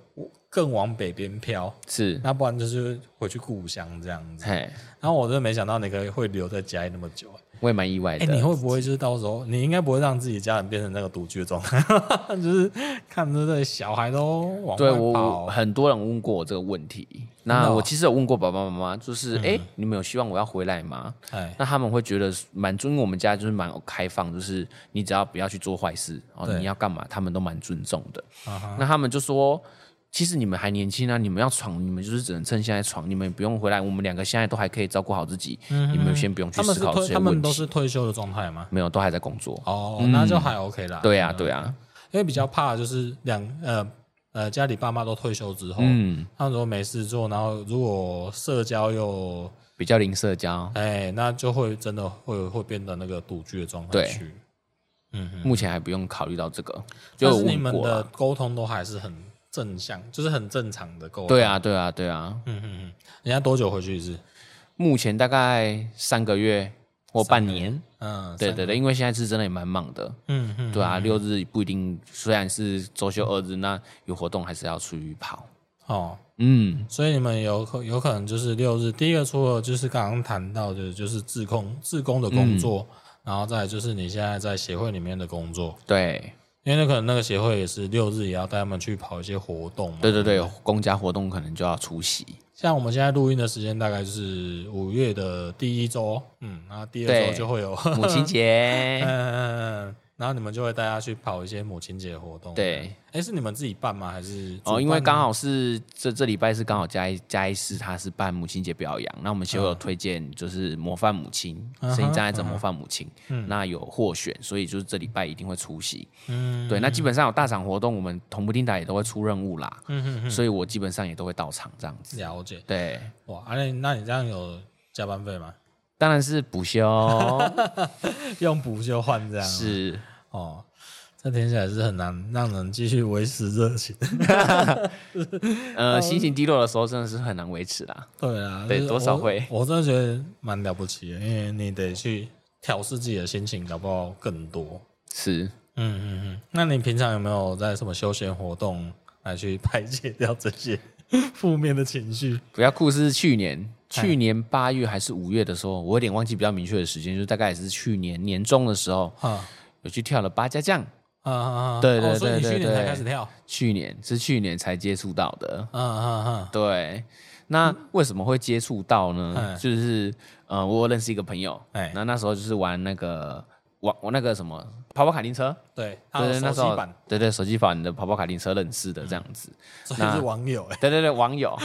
A: 更往北边飘，
B: 是，
A: 那不然就是回去故乡这样子。
B: 嘿，
A: 然后我真的没想到你可以会留在家里那么久、
B: 我也蛮意外
A: 哎、
B: 的。
A: 你会不会就是到时候，你应该不会让自己家人变成那个独居的状态， 就是看着这小孩都往
B: 对
A: 外
B: 我我
A: 跑，
B: 很多人问过我这个问题，
A: ，Oh 真
B: 那
A: 的哦嗯
B: 我其实有问过爸爸妈妈，就是哎、你们有希望我要回来吗？
A: 哎，
B: 那他们会觉得蛮尊，因为我们家就是蛮开放，就是你只要不要去做坏事，哦，
A: 对
B: 你要干嘛，他们都蛮尊重的。
A: 啊哈
B: 那他们就说，其实你们还年轻啊，你们要闯，你们就是只能趁现在闯，你们也不用回来，我们两个现在都还可以照顾好自己，你们先不用去
A: 嗯他们
B: 思
A: 是
B: 考这
A: 退，
B: 些
A: 他们
B: 问
A: 都
B: 题。
A: 是退休的状态吗？
B: 没有，都还在工作。
A: 哦，那就还 OK 啦。
B: 对啊，对啊，
A: 因为比较怕就是两呃呃家里爸妈都退休之后，
B: 嗯，
A: 他们如果没事做，然后如果社交又
B: 比较零社交，
A: 哎，那就会真的会会变得那个独居的状态
B: 对
A: 去。嗯
B: 目前还不用考虑到这个，就
A: 但
B: 有
A: 是你
B: 问
A: 们
B: 过啊
A: 的
B: 了。
A: 沟通都还是很正向，就是很正常的沟通。
B: 对，啊，对啊，对啊，
A: 嗯嗯嗯，人家多久回去一次？
B: 目前大概三个月或半年。
A: 嗯，
B: 对
A: 三，
B: 对对，因为现在是真的也蛮忙的。
A: 嗯嗯，
B: 对啊，六日不一定，虽然是周休二日，那有活动还是要出去跑。
A: 哦，
B: 嗯，
A: 所以你们有可有可能就是六日，第一个除了就是刚刚谈到的，就是自控自工的
B: 嗯
A: 工作，然后再来就是你现在在协会里面的工作，
B: 对
A: 因为那可能那个协会也是六日也要带他们去跑一些活动嘛。
B: 对对对，有公家活动可能就要出席。
A: 像我们现在录音的时间大概就是五月的第一周，嗯，然后第二
B: 对
A: 周就会有
B: 母亲节，
A: 嗯，然后你们就会带他去跑一些母亲节活动。
B: 对，
A: 哎，是你们自己办吗？还是主
B: 哦，因
A: 办呢
B: 为刚好是这这礼拜是刚好嘉义嘉义市他是办母亲节表扬，那我们协
A: 啊
B: 会有推荐就是模范母亲，
A: 嗯
B: 身
A: 哼
B: 心障碍者模范母亲，
A: 嗯
B: 那有获选，所以就是这礼拜一定会出席。嗯，对，那基本上有大场活动，我们同步听打也都会出任务啦，
A: 嗯
B: 所以我基本上也都会到场这样子。
A: 了解
B: 对，
A: 哇，啊那你那你这样有加班费吗？
B: 当然是补休，
A: 用补就换这样吗
B: 是
A: 哦，这听起来是很难让人继续维持热情。
B: 呃，心情低落的时候真的是很难维持啦。
A: 对啊，
B: 对
A: 就是
B: 多少
A: 我
B: 会
A: 我真的觉得蛮了不起的，因为你得去调试自己的心情，搞不好更多。
B: 是，
A: 嗯嗯嗯，那你平常有没有在什么休闲活动来去排解掉这些 负面的情绪？
B: 比较酷是去年，
A: 哎
B: 去年八月还是五月的时候，我有点忘记比较明确的时间，就是大概也是去年年中的时候，
A: 啊
B: 有去跳了八家将。
A: 啊啊！啊
B: 对
A: 哦
B: 对
A: 所以你
B: 对
A: 去
B: 对
A: 年才
B: 对
A: 开始跳，
B: 去年是去年才接触到的，
A: 嗯嗯嗯，
B: 对。那为什么会接触到
A: 嗯
B: 呢？就是呃，我有认识一个朋友，
A: 哎
B: 那那时候就是玩那个玩玩那个什么跑跑卡丁车，
A: 对，他
B: 对
A: 有
B: 对，那
A: 手
B: 时
A: 机
B: 候
A: 版，
B: 对对手机版的跑跑卡丁车认识的这样子，
A: 所以是网友哎、
B: 对对对，网友。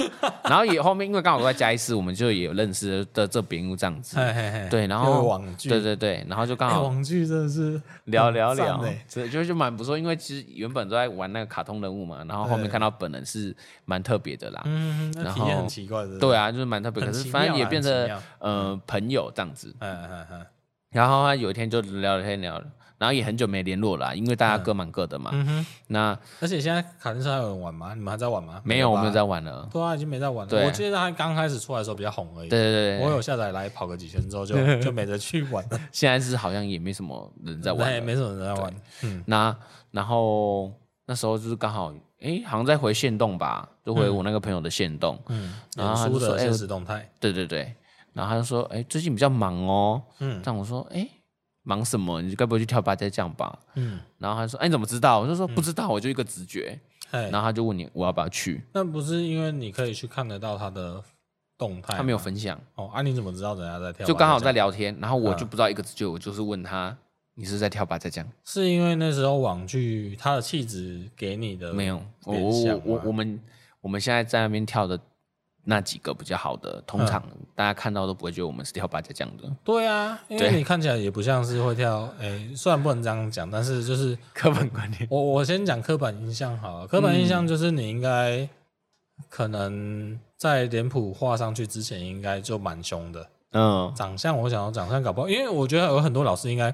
B: 然后也后面因为刚好都在嘉义市，我们就也有认识的这边务这样子，
A: 嘿嘿嘿
B: 对，然
A: 又有
B: 后
A: 哎网剧，
B: 对对对，然后就刚
A: 哎
B: 好
A: 网剧真的是
B: 聊聊
A: 很赞
B: 聊
A: 欸，
B: 这就就蛮不错，因为其实原本都在玩那个卡通人物嘛，然后后面
A: 对
B: 看到本人是蛮特别的啦。
A: 嗯，那
B: 然
A: 体验很
B: 后
A: 奇怪的，
B: 对，啊，就是蛮特别，
A: 很
B: 可是
A: 奇
B: 反正
A: 妙
B: 也
A: 啦
B: 变
A: 很奇
B: 成
A: 妙
B: 呃朋友这样子。
A: 嗯嗯嗯
B: 然后他有一天就聊聊天聊，然后也很久没联络了啦，啊因为大家各忙各的嘛。
A: 嗯哼。
B: 那
A: 而且现在卡丁车还有人玩吗？你们还在玩吗？
B: 没有，我
A: 吧
B: 们有在玩了。
A: 对啊，已经没在玩了。
B: 对
A: 我记得他刚开始出来的时候比较红而已。
B: 对对对
A: 我
B: 对，
A: 有下载来跑个几圈之后就就没得去玩了，
B: 现在是好像也没什么人在玩
A: 对
B: 了。
A: 没什么人在玩。嗯
B: 那然后那时候就是刚好，哎，好像在回线动吧，就回我那个朋友的线动。
A: 嗯，
B: 然
A: 脸
B: 后他
A: 书
B: 就说
A: 的
B: 哎
A: 现
B: 我
A: 实动态，
B: 对对对，然后他就说，哎，最近比较忙哦。
A: 嗯
B: 但我说，哎，忙什么？你该不会去跳八家将吧？
A: 嗯，
B: 然后他说，哎，你怎么知道？我就说不知道，我就一个直觉。
A: 哎
B: 然，后他就问你我要不要去，
A: 那不是因为你可以去看得到他的动态吗，
B: 他没有分享，
A: 哦啊？你怎么知道人家在跳？
B: 就刚好在，聊
A: 嗯
B: 天，然后我就不知道一个直觉，我就是问他。你是在跳八家将？
A: 是因为那时候网剧它的气质给你的
B: 没有，我
A: 联
B: 我
A: 想
B: 我我
A: 吗
B: 我们我们现在在那边跳的那几个比较好的，通常
A: 嗯
B: 大家看到都不会觉得我们是跳八家将的，
A: 对啊，因为
B: 对
A: 你看起来也不像是会跳，哎、虽然不能这样讲，但是就是
B: 刻板观念。
A: 我我先讲刻板印象好了，刻板印
B: 嗯
A: 象就是你应该可能在脸谱画上去之前，应该就蛮凶的。
B: 嗯，
A: 长相我想要长相搞不好，因为我觉得有很多老师应该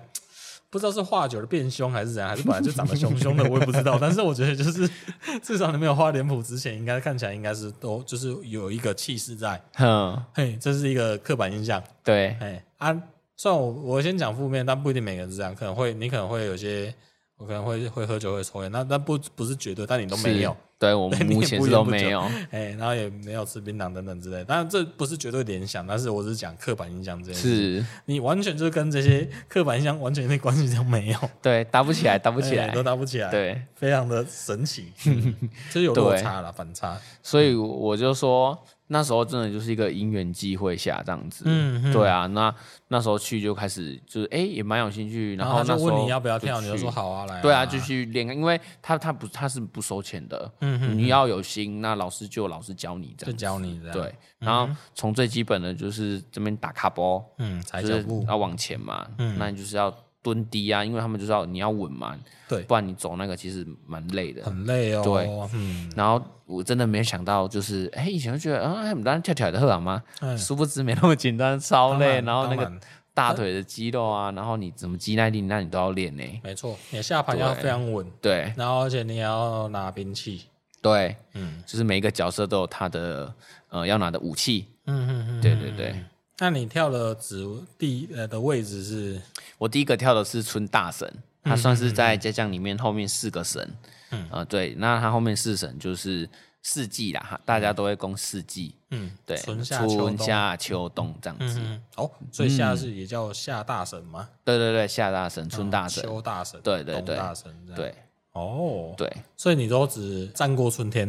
A: 不知道是画久了变凶还是怎样，还是本来就长得凶凶的，我也不知道。但是我觉得就是 至少你没有画脸谱之前，应该看起来应该是都就是有一个气势在。
B: 哼，
A: 嘿，这是一个刻板印象。
B: 对，
A: 哎啊，虽然我我先讲负面，但不一定每个人是这样，可能会你可能会有些，我可能会会喝酒会抽烟，那但不不是绝对，但你都没 有
B: 是，，对我
A: 对
B: 们
A: 你也
B: 目前
A: 不
B: 是
A: 言
B: 都
A: 不
B: 没
A: 久
B: 有。
A: 哎，然后也没有吃槟榔等等之类，当然这不是绝对联想，但是我只是讲刻板印象这件事，
B: 是，
A: 你完全就是跟这些刻板印象完全一点关系都没有，
B: 对，搭不起来，搭不
A: 不
B: 起来
A: 哎都。搭不起来，，
B: 对，
A: 非常的神 奇，嗯就是有落差了，反差，
B: 所以我就说那时候真的就是一个因缘机会下这样子。
A: 嗯
B: 对啊，那那时候去就开始就是哎、也蛮有兴趣，
A: 然
B: 后
A: 他
B: 那
A: 就
B: 时
A: 问
B: 候
A: 你要不要跳，你就
B: 去
A: 说。好啊，来，
B: 对啊，就，去练，因为他他不他是不收钱的，
A: 嗯啊哼，
B: 你要有心，那老师就有老师教你这
A: 就
B: 样。
A: 教你这样，，
B: 对，然后从最基本的就是这边打卡波，
A: 嗯，踩
B: 就
A: 脚
B: 是
A: 步，嗯
B: 要往前嘛，那你就是要蹲低啊，因为他们就知道你要稳嘛，
A: 对，
B: 不然你走那个其实蛮累的。
A: 很累哦，
B: 对，
A: 嗯，
B: 然后我真的没想到，就是哎、以前就觉得啊，我们当然跳跳的很好吗？
A: 嗯
B: 殊不知没那么简单，超
A: 当
B: 累。然后那
A: 当
B: 个大腿的肌肉啊，然后你怎么肌耐力，那你都要练呢、
A: 没错，你的下盘要非常稳，
B: 对
A: 然后而且你也要拿兵器。
B: 对，
A: 嗯
B: 就是每一个角色都有他的呃要拿的武器。
A: 嗯嗯嗯，
B: 对对对，
A: 那你跳的指地呃的位置是，
B: 我第一个跳的是春大神，
A: 嗯
B: 他算是在家将里面后面四个神。嗯，呃，对，那他后面四神就是四季啦，哈大家都会攻四季。
A: 嗯，
B: 对，
A: 春夏秋冬
B: 春夏秋冬这样子。
A: 嗯，哦，所以下是也叫夏大神吗？
B: 对对对，夏大
A: 哦
B: 神、春大神，
A: 秋大神，
B: 对对
A: 冬
B: 对
A: 大神这样。
B: 对
A: 哦，
B: 对
A: 所以你都只战过春天，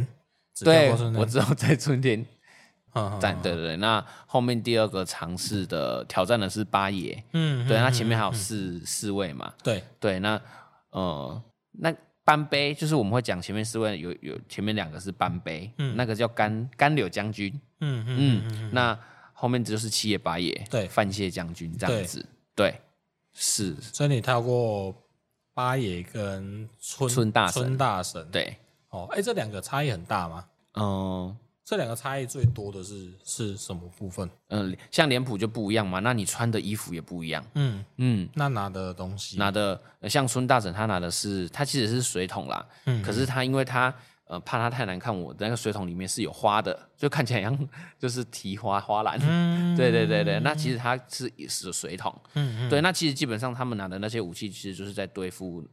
A: 只跳
B: 对
A: 过春，
B: 我
A: 天，
B: 只有在春天
A: 嗯
B: 但对对对，那后面第二个尝试的挑战的是八爷，
A: 嗯，
B: 对，
A: 嗯
B: 那前面还有四四位嘛，
A: 对，
B: 对，那呃，那班杯就是我们会讲前面四位有有前面两个是班杯，
A: 嗯
B: 那个叫甘甘柳将军，
A: 嗯嗯
B: 嗯，那后面就是七爷八爷，
A: 对
B: 范谢将军这样
A: 对
B: 子，对，是，
A: 所以你跳过八爷跟村
B: 村大神
A: 村大神，，
B: 对，
A: 哦，哎，这两个差异很大吗？
B: 嗯、
A: 这两个差异最多的是是什么部分？
B: 嗯、像脸谱就不一样嘛，那你穿的衣服也不一样，
A: 嗯，
B: 嗯，
A: 那拿的东西，
B: 拿的呃像孙大婶她拿的是，她其实是水桶啦，
A: 嗯
B: 可是她因为她呃怕她太难看我，那个水桶里面是有花的，就看起来像就是提花花篮，
A: 嗯
B: 对对对对，那其实它是是水桶，
A: 嗯
B: 对，那其实基本上他们拿的那些武器其实就是在对付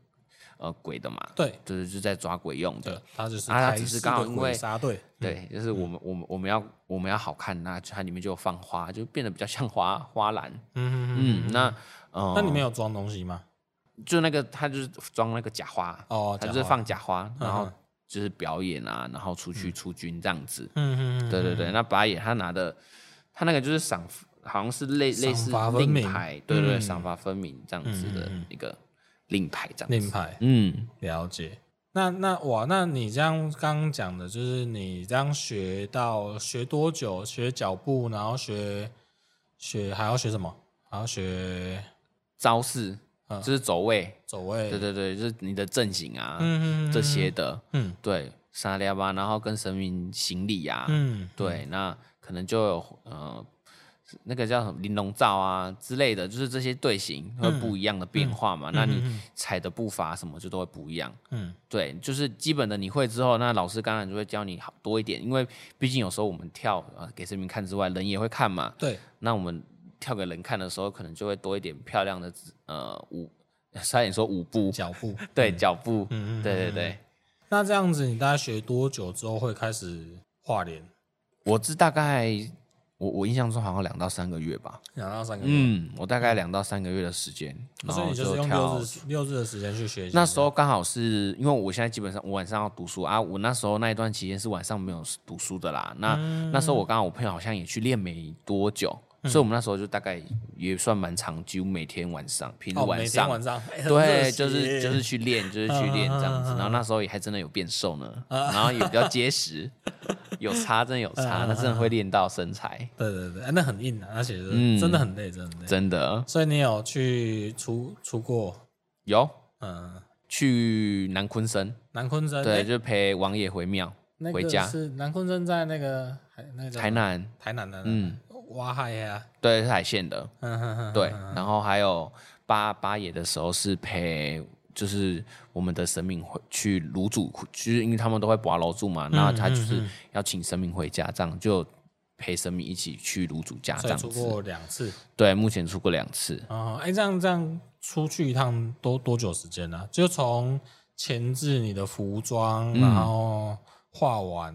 B: 呃鬼的嘛，
A: 对
B: 就是就是在抓鬼用
A: 对
B: 的，，
A: 他就是
B: 啊他
A: 台
B: 只是
A: 式
B: 刚好
A: 的
B: 因
A: 鬼
B: 为
A: 杀队，
B: 对，就是我们
A: 嗯
B: 我们我们要我们要好看，那它里面就有放花，就变得比较像花花篮，
A: 嗯嗯嗯。
B: 嗯，那呃
A: 那你们有装东西吗？
B: 就那个他就是装那个假花。
A: 哦，
B: 他
A: 假
B: 就是
A: 花，
B: 放假花，然后
A: 嗯
B: 就是表演啊，然后出去出军这样子。
A: 嗯嗯嗯，
B: 对对对，那拔野他拿的，他那个就是赏，好像是类类似
A: 赏罚分
B: 令
A: 明
B: 牌，对对对，
A: 嗯
B: 赏罚分明这样子的一个令牌这样
A: 令
B: 子。
A: 牌
B: 嗯，
A: 了解。那那哇，那你这样刚刚讲的，就是你这样学到学多久？学脚步，然后学学还要学什么？还要学
B: 招式
A: 嗯
B: 就是走位，
A: 走位，
B: 对对对，就是你的阵型啊
A: 嗯，嗯嗯
B: 这些的，
A: 嗯
B: 对，沙利亚巴，然后跟神明行礼啊，
A: 嗯，
B: 对，那可能就有呃，那个叫什么玲珑罩啊之类的，就是这些队形
A: 嗯
B: 会不一样的变化嘛。那你踩的步伐什么就都会不一样。
A: 嗯，
B: 对，就是基本的你会之后，那老师当然就会教你好多一点，因为毕竟有时候我们跳呃给神明看之外，人也会看嘛。
A: 对，
B: 那我们跳给人看的时候，可能就会多一点漂亮的呃舞， 差点说舞步，
A: 脚 步。嗯
B: 对，脚步，对对对。
A: 那这样子，你大概学多久之后会开始画脸？
B: 我这大概我我印象中好像两到三个月吧。
A: 两到三个月，
B: 嗯，我大概两到三个月的时间，嗯然
A: 啊所以
B: 后
A: 你就是用
B: 跳
A: 六。日六日的时间去学习。
B: 那时候刚好是因为我现在基本上我晚上要读书啊，我那时候那一段期间是晚上没有读书的啦。那、
A: 嗯
B: 那时候我刚好我朋友好像也去练没多久，所以我们那时候就大概也算蛮长，几乎每天晚上平日
A: 哦，每
B: 晚
A: 天
B: 上，
A: 晚上，哎
B: 对，就是就是，去练，就是去练
A: 嗯嗯
B: 这样
A: 嗯嗯
B: 子。
A: 啊
B: 然后那时候也还真的有变瘦呢，然后也比较 结实，有差真的有
A: 嗯
B: 差，那真的会练到身材，
A: 很热血对对对，哎那很硬啊，而且
B: 嗯
A: 是真的很累，真的很累。
B: 真的
A: 所以你有去出出过，
B: 有
A: 嗯，
B: 去南昆山。
A: 南昆真
B: 对，
A: 哎
B: 就陪王爷回庙，
A: 那
B: 回
A: 个
B: 家
A: 是南昆真在那个海那个叫什么
B: 台南，
A: 台南的
B: 嗯
A: 嗯挖海呀，
B: 对，是海线的，
A: 嗯哼哼，
B: 对。啊然后还有八八爷的时候是陪，就是我们的神明回去炉主，就是因为他们都会拔楼住嘛，
A: 嗯
B: 那他就是要请神明回家，这样就陪神明一起去炉主家这
A: 所以
B: 样
A: 出
B: 子。
A: 过两次。
B: 对，目前出过两次，
A: 哦，哎，这样这样出去一趟多多久时间呢、啊就从前置你的服
B: 嗯
A: 装，然后画完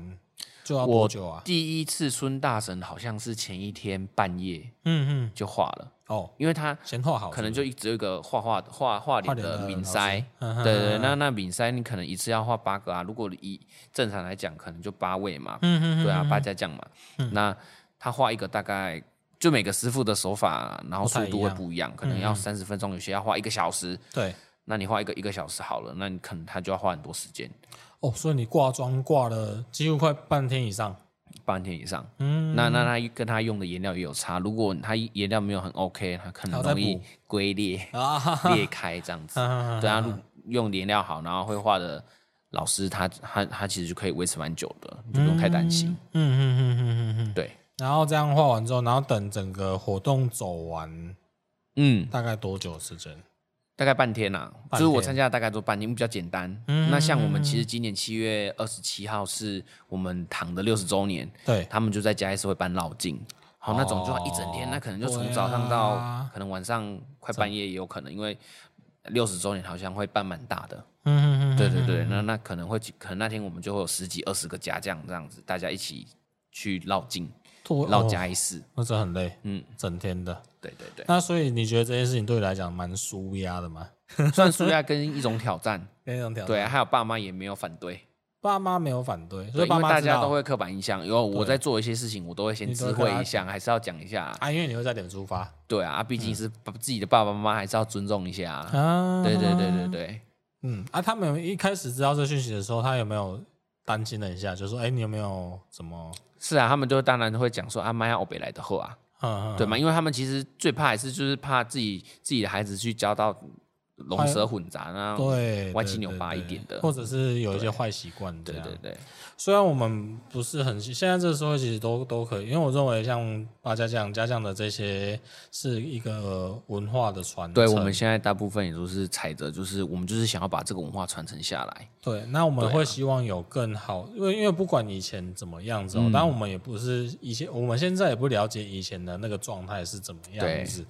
A: 就要多
B: 我
A: 久啊？
B: 第一次孙大神好像是前一天半夜
A: 嗯嗯，
B: 就画了，
A: 哦，
B: 因为他
A: 先画好是不是，
B: 可能就一直有一个画画画画脸
A: 画脸
B: 的
A: 的
B: 抿
A: 老
B: 腮
A: 师，嗯哼
B: 对对，对那那饼塞你可能一次要画八个啊，如果以正常来讲，可能就八位嘛，
A: 嗯
B: 对啊，八家将嘛。那他画一个大概就每个师傅的手法，然后
A: 不太
B: 速度
A: 一
B: 会
A: 样嗯
B: 不一样，可能要三十分钟，有些要画一个小时。
A: 对
B: 那你画一个一个小时好了，那你可能他就要花很多时间，
A: 哦，所以你挂妆挂了几乎快半天以上，
B: 半天以上。
A: 嗯，
B: 那那他跟他用的颜料也有差，如果他颜料没有很 OK，他可能
A: 还要再
B: 容易
A: 补
B: 龟 裂
A: 啊哈哈，
B: 裂开这样子。
A: 嗯
B: 对啊，如用颜料好，然后会画的老师他他他其实就可以维持蛮久的，你就不用太担心。
A: 嗯嗯嗯嗯嗯嗯，
B: 对，
A: 然后这样画完之后，然后等整个活动走完，
B: 嗯，
A: 大概多久时间？
B: 大概半天啦、
A: 半天嗯
B: 就是我参加的大概都半天，比较简单。那像我们其实今年七月二十七号是我们堂的六十周年，
A: 对，
B: 他们就在嘉义市会办绕境。好，那种就要一整天，
A: 哦
B: 那可能就
A: 对
B: 从
A: 啊
B: 早上到、可能晚上快半夜也有可能，因为六十周年好像会办蛮大的。
A: 嗯嗯嗯，
B: 对对对，那那可能会可能那天我们就会有十几二十个家将这样子，大家一起去绕境，
A: 吐
B: 绕
A: 哦
B: 嘉义市。
A: 那真的很累，
B: 嗯
A: 嗯，整天的。
B: 对对对，
A: 那所以你觉得这件事情对你来讲蛮舒压的吗？
B: 算舒压跟一种挑战。
A: 那种挑战，
B: 对啊，还有爸妈也没有反对。
A: 爸妈没有反对，所
B: 对，
A: 以
B: 因
A: 爸
B: 为
A: 妈
B: 大
A: 知
B: 家
A: 道
B: 都会刻板印象，因为
A: 对
B: 我在做一些事情，我都会先
A: 你都
B: 知
A: 会
B: 会
A: 跟他
B: 一下，还是要讲一下。
A: 啊，嗯因为你会在脸书发
B: 对啊，啊毕竟是爸自己的爸爸妈妈，还是要尊重一下啊。
A: 啊
B: 对对对对，对，
A: 嗯啊，他们一开始知道这讯息的时候，他有没有担心了一下，就说哎、你有没有怎么？
B: 是啊，他们就当然会讲说啊，妈呀，欧北来的后啊，
A: 嗯，嗯
B: 对嘛？因为他们其实最怕还是就是怕自己自己的孩子去交到
A: 哎
B: 龙蛇混杂啊。
A: 对，
B: 歪
A: 对
B: 七扭
A: 对
B: 八一
A: 对
B: 点的
A: 或者是有一些坏习惯这
B: 对
A: 样。
B: 对对，
A: 虽然我们不是很现在这个社会，其实都都可以，因为我认为像八家将、家将的这些是一个文化的传承。
B: 对我们现在大部分也都是踩着，就是我们就是想要把这个文化传承下来。
A: 对，那我
B: 啊
A: 们会希望有更好，因为因为不管以前怎么样
B: 嗯
A: 子、哦，当然我们也不是以前，我们现在也不了解以前的那个状态是怎么样子。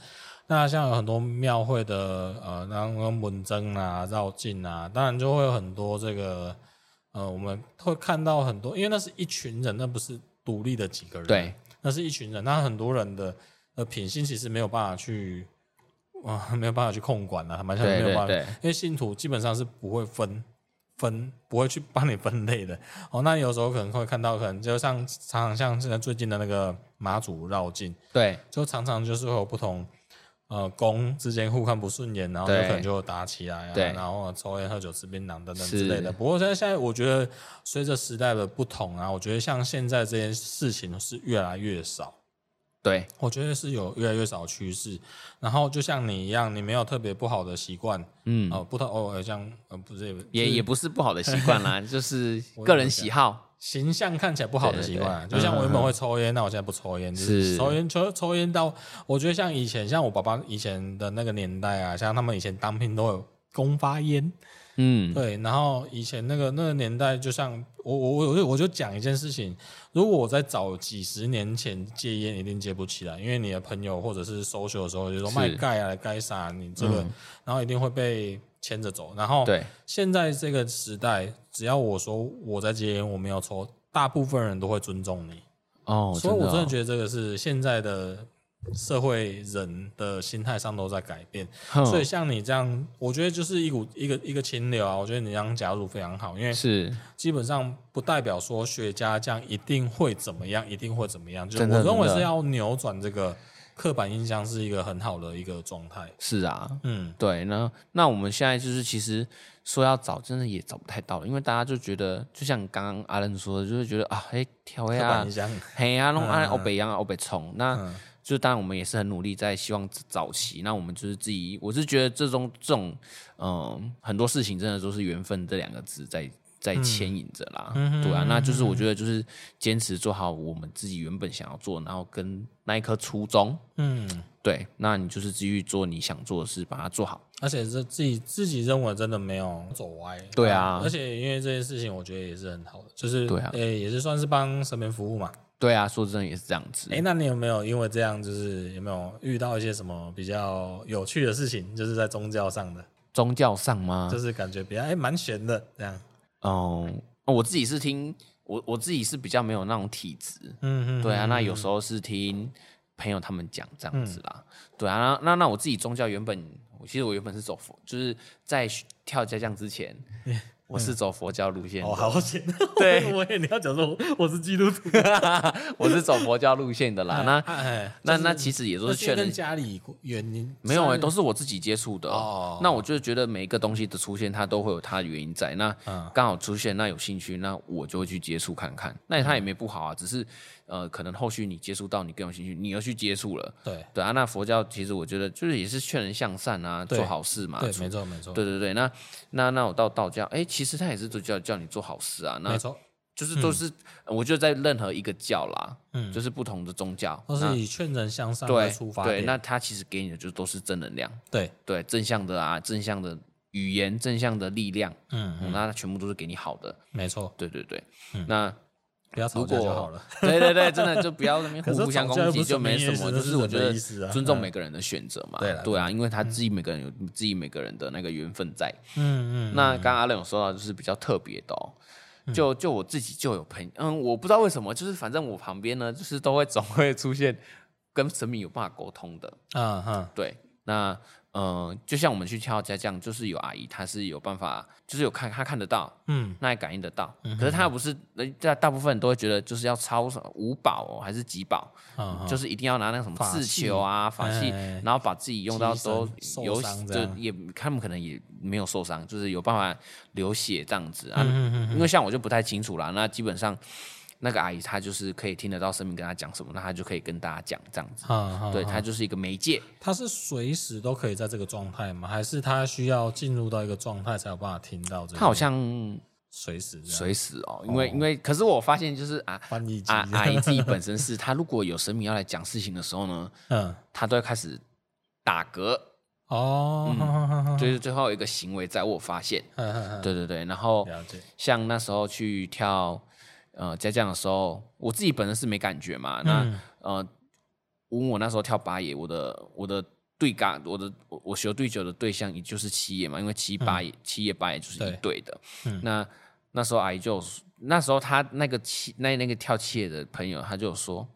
A: 那像有很多庙会的呃，然后文征啊、绕境啊，当然就会有很多这个呃，我们会看到很多，因为那是一群人，那不是独立的几个人，
B: 对，
A: 那是一群人，那很多人的呃品性其实没有办法去。啊， 没有办法去控管啊，蛮像没
B: 对
A: 有办法
B: 对对，
A: 因为信徒基本上是不会分分，不会去帮你分类的。哦，那有时候可能会看到，可能就像常常像现在最近的那个马祖绕境，
B: 对
A: 就常常就是会有不同呃宫之间互看不顺眼，然后就
B: 对
A: 可能就打起来啊，
B: 对
A: 然后抽烟喝酒吃槟榔等等之类的。
B: 是
A: 不过现在现在我觉得随着时代的不同啊，我觉得像现在这件事情是越来越少。
B: 对
A: 我觉得是有越来越少趋势，然后就像你一样，你没有特别不好的习惯，嗯，呃，不同偶尔像呃不是
B: 也也不是不好的习惯 啦，就是
A: 我也
B: 个
A: 不
B: 人
A: 想
B: 喜好。
A: 形象看起来不好的习惯啊，
B: 对对对嗯
A: 就像我原本会抽烟，那我现在不抽烟，就是抽烟抽抽烟到，我觉得像以前像我爸爸以前的那个年代啊，像他们以前当兵都有公发烟，
B: 嗯，
A: 对，然后以前那个那个年代，就像我我我我就我就讲一件事情，如果我在早几十年前戒烟，一定戒不起来，因为你的朋友或者是 social 的时候就说
B: 是嗯
A: 卖钙啊、该啥，你这个，然后一定会被牵着走。然后
B: 对
A: 现在这个时代，只要我说我在戒烟，我没有抽，大部分人都会尊重你，
B: 哦，
A: 所以我真的
B: 得
A: 觉得这个是现在的社会人的心态上都在改变。，所以
B: 哼
A: 像你这样，我觉得就是一股一个一个清流啊。我觉得你这样加入非常好，因为
B: 是
A: 基本上不代表说学家这样一定会怎么样，一定会怎么样。就是
B: 真的
A: 我认为
B: 真的
A: 是要扭转这个刻板印象，是一个很好的一个状态。
B: 是啊，
A: 嗯，
B: 对，那那我们现在就是其实说要找，真的也找不太到了，因为大家就觉得，就像刚刚阿仁说的，就是觉得啊，哎，跳
A: 刻
B: 呀
A: 板印，象，
B: 嘿啊，弄
A: 嗯
B: 啊，欧北洋啊，欧北冲，那就当然我们也是很努力，在希望早期，那我们就是自己，我是觉得这种这种，嗯，很多事情真的都是缘分这两个字在。在牵引着啦，
A: 嗯
B: 对啊，那就是我觉得就是坚持做好我们自己原本想要做，然后跟那一颗初衷，
A: 嗯，
B: 对，那你就是继续做你想做的事，把它做好。
A: 而且是自己自己认为真的没有走歪。
B: 对啊
A: 而且因为这件事情，我觉得也是很好的，就是
B: 对啊
A: 诶、也是算是帮身边服务嘛。
B: 对啊，说真的也是这样子。
A: 哎、那你有没有因为这样，就是有没有遇到一些什么比较有趣的事情，就是在宗教上的？
B: 宗教上吗
A: 就？是感觉比较哎蛮悬的这样。
B: 嗯，我自己是听我我自己是比较没有那种体质，
A: 嗯嗯，嗯
B: 对啊，那有时候是听朋友他们讲这样子啦，对啊，那那那我自己宗教原本，我其实我原本是走佛，就是在学跳家将之前，我是走佛教路线的
A: 嗯哦，好险！
B: 对
A: 我也你要讲说我我是基督徒，
B: 我是走佛教路线的啦。那
A: 哎，
B: 那啊那其实也都
A: 都
B: 是
A: 是
B: 劝人
A: 跟家里原因
B: 没有哎、
A: 哎，
B: 都是我自己接触的。
A: 哦
B: 那我就觉得每一个东西的出现，它都会有它的原因在。那
A: 嗯
B: 刚好出现，那有兴趣，那我就会去接触看看。那
A: 嗯
B: 它也没不好啊，只是呃，可能后续你接触到你更有兴趣，你又去接触了。
A: 对
B: 对啊，那佛教其实我觉得就是也是劝人向善啊，
A: 对
B: 做好事嘛。
A: 对，没错没错，
B: 对对对那那那我到道教，哎，其实他也是就叫叫你做好事啊。
A: 没
B: 那
A: 错，
B: 就是都是，我觉得在任何一个教啦，
A: 嗯
B: 就是不同的宗教，
A: 都
B: 那
A: 是以劝人向上
B: 对
A: 的出发
B: 对，
A: 点。
B: 那他其实给你的就都是正能量。
A: 对，
B: 对正向的啊，正向的语言，正向的力量，
A: 嗯，
B: 嗯、那它全部都是给你好的。
A: 没错，
B: 对对对，那
A: 不要吵架
B: 如
A: 就
B: 果
A: 好了。
B: 对对对，真的就不要 那边
A: 可是
B: 互互相
A: 吵架
B: 攻
A: 又
B: 击，
A: 不是
B: 就没
A: 没
B: 什
A: 意
B: 么。
A: 思
B: 就
A: 那
B: 是
A: 是
B: 我
A: 人
B: 觉
A: 的
B: 得
A: 意思啊
B: 尊重每个人的选择嘛
A: 对啦，
B: 对啊，因为他自己每个人有自己每个人的那个缘分在。
A: 嗯嗯，
B: 那刚刚阿亮有说到，就是比较特别的哦。就就我自己就有朋嗯，我不知道为什么，就是反正我旁边呢，就是都会总会出现跟神明有办法沟通的，
A: 啊哈，
B: 对，那嗯、呃，就像我们去跳家这样，就是有阿姨，她是有办法，就是有看她看得到，
A: 嗯，
B: 那也感应得到。可是她不是，人家大部分人都会觉得就是要超什么五宝、哦、还是几宝，
A: 嗯
B: 就是一定要拿那个什么
A: 法
B: 刺
A: 器
B: 球啊、法器，
A: 哎
B: 然后把自己用到
A: 机身
B: 都
A: 受
B: 有
A: 伤，这
B: 就
A: 样
B: 也他们可能也没有受伤，就是有办法流血这样子啊。
A: 嗯
B: 因为像我就不太清楚啦，那基本上那个阿姨她就是可以听得到生命跟她讲什么，那她就可以跟大家讲这样子。
A: 嗯嗯，
B: 对，
A: 嗯
B: 她就是一个媒介。
A: 他是随时都可以在这个状态吗？还是他需要进入到一个状态才有办法听到这个？
B: 她好像
A: 随时这样
B: 随时哦，
A: 啊
B: 因为因为可是我发现就是啊
A: 翻译机
B: 啊阿姨自己本身是她如果有神明要来讲事情的时候呢，
A: 嗯
B: 她都会开始打嗝，
A: 哦，
B: 嗯
A: 哼哼哼哼
B: 就是最后一个行为在我发现。
A: 哼哼哼
B: 对对对，然后
A: 嗯了解
B: 像那时候去跳呃家将的时候，我自己本身是没感觉嘛。那、呃，问我那时候跳八野，我的我的对嘎，我的我我学对九的对象也就是七野嘛，因为七八野、七野八野就是一
A: 对
B: 对的。那那时候阿姨就有那时候她那个七那那个跳七野的朋友，她就有说。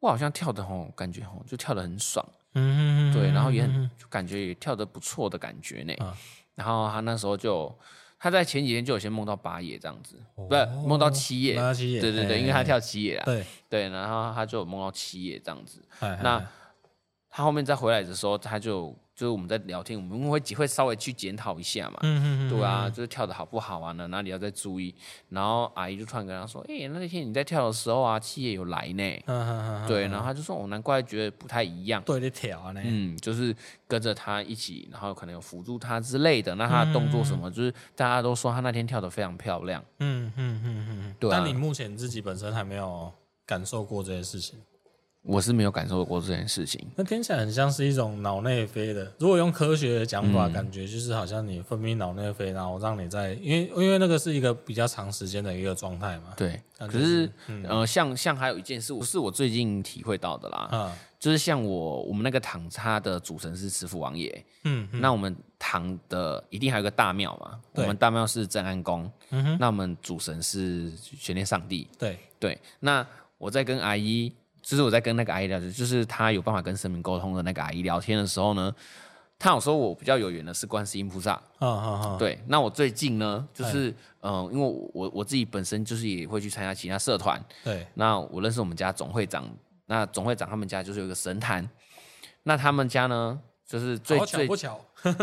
B: 我好像跳的吼，感觉吼就跳的很爽，
A: 嗯，嗯
B: 对，然后
A: 嗯
B: 也很就感觉也跳得不错的感觉呢。
A: 啊
B: 然后他那时候就他在前几天就有先梦到八爷这样子，
A: 哦
B: 不是梦到七爷，
A: 梦到七夜
B: 对对
A: 嘿
B: 对，因
A: 嘿
B: 为他
A: 嘿
B: 跳七爷啊，
A: 对，
B: 对，然后他就有梦到七爷这样子。
A: 哎哎
B: 那他后面再回来的时候，他就就是我们在聊天，我们会会稍微去检讨一下嘛，
A: 嗯嗯嗯
B: 对啊，就是跳的好不好啊？哪哪里要再注意？然后阿姨就突然跟他说：“哎、那天你在跳的时候啊，七爷有来呢。
A: 嗯嗯嗯，
B: 对，然后他就说：“哦，难怪觉得不太一样。”
A: 对的条啊呢，
B: 嗯，就是跟着他一起，然后可能有辅助他之类的。那他的动作什么，就是大家都说他那天跳得非常漂亮。
A: 嗯嗯嗯嗯嗯嗯，
B: 对啊
A: 但你目前自己本身还没有感受过这些事情，
B: 我是没有感受过这件事情。
A: 那听起来很像是一种脑内啡的。如果用科学的讲
B: 嗯
A: 法，感觉就是好像你分泌脑内啡，然后让你在，因为因为那个是一个比较长时间的一个状态嘛。
B: 对，
A: 感
B: 可
A: 觉
B: 是、呃，像像还有一件事，我是我最近体会到的啦，
A: 啊，
B: 就是像我我们那个唐叉的主神是慈父王爷，
A: 嗯
B: 那我们唐的一定还有个大庙嘛，我
A: 对
B: 们大庙是镇安宫，
A: 嗯哼
B: 那我们主神是玄天上帝，
A: 对，
B: 对，那我在跟阿姨，就是我在跟那个阿姨聊天，就是她有办法跟神明沟通的那个阿姨聊天的时候呢，她有说我比较有缘的是观世音菩萨。
A: 啊啊啊，
B: 对，那我最近呢，就是嗯、呃因为我我我自己本身就是也会去参加其他社团，
A: 对，
B: 那我认识我们家总会长，那总会长他们家就是有一个神坛，那他们家呢，就是最
A: 好哦巧
B: 最
A: 不巧，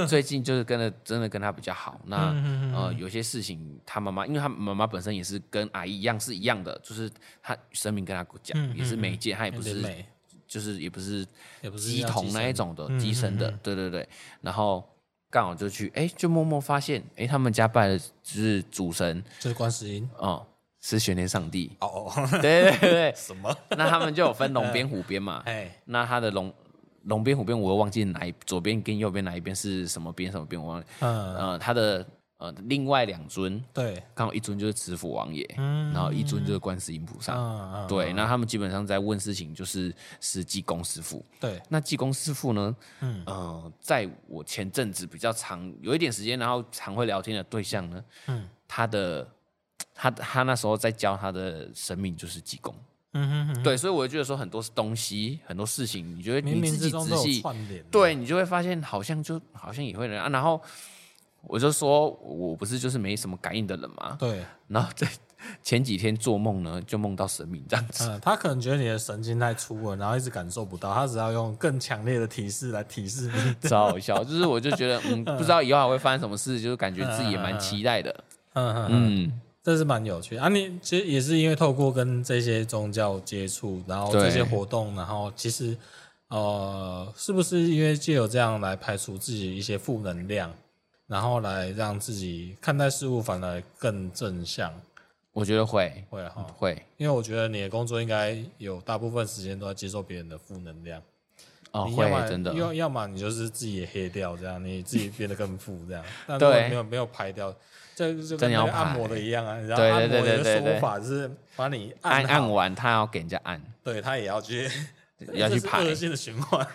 B: 最近就是跟的真的跟他比较好。那
A: 嗯
B: 呃，有些事情他妈妈，因为他妈妈本身也是跟阿姨一样是一样的，就是他神明跟他讲、
A: 嗯
B: 也是媒介，他也不
A: 有
B: 是
A: 点美，
B: 就是也不是
A: 也不是
B: 鸡
A: 要嗯
B: 同那一种的鸡生的，对对对。然后刚好就去，哎，就默默发现，哎，他们家拜的就是主神
A: 生，就是观世音。。
B: 哦、是玄天上帝
A: 哦哦，
B: 对对对对，
A: 什么？
B: 那他们就有分龙边虎边嘛，
A: 哎，
B: 那它的龙龙边虎边，我又忘记哪一左边跟右边哪一边是什么边什么边，我忘了。
A: 嗯，
B: 呃，它的呃另外两尊，
A: 对，
B: 刚好一尊就是慈父王爷，然后一尊就是观世音菩萨。
A: 嗯嗯，
B: 对，那他们基本上在问事情就是是济公师傅。
A: 对，
B: 那济公师傅呢？嗯，呃，在我前阵子比较长有一点时间，然后常会聊天的对象呢，嗯，他的他他那时候在教他的神明就是济公。
A: 嗯哼哼，
B: 对，所以我就觉得说很多东西，很多事情，你觉得
A: 冥
B: 你
A: 冥
B: 自
A: 之
B: 己
A: 中
B: 仔
A: 嗯都有
B: 细，
A: 串联。，
B: 对你就会发现好像就好像也会能啊。然后我就说我不是就是没什么感应的人嘛，
A: 对，
B: 然后在前几天做梦呢，就梦到神明这样子。
A: 嗯，他可能觉得你的神经太粗了，然后一直感受不到，他只要用更强烈的提示来提示你。
B: 超好笑，就是我就觉得，嗯，不知道以后还会发生什么事，就是感觉自己也蛮期待的，
A: 嗯嗯，
B: 嗯，
A: 这是蛮有趣的啊！你其实也是因为透过跟这些宗教接触，然后
B: 对
A: 这些活动，然后其实呃，是不是因为借由这样来排除自己一些负能量，然后来让自己看待事物反而更正向？
B: 我觉得会
A: 会哈，
B: 会
A: 因为我觉得你的工作应该有大部分时间都在接受别人的负能量，
B: 哦
A: 你要么
B: 会真的，
A: 要要么你就是自己也黑掉，这样你自己变得更负 这样。但
B: 对
A: 如果没有没有排掉，这就跟
B: 真的
A: 那
B: 要
A: 个按
B: 排
A: 摩的一样啊。然后
B: 对
A: 按
B: 对
A: 摩
B: 对
A: 有一
B: 对
A: 个
B: 对
A: 说法就是把你
B: 按
A: 按好
B: 按完他要给人家按，
A: 对他也要去
B: 要去
A: 这是
B: 排，
A: 恶性的循 环，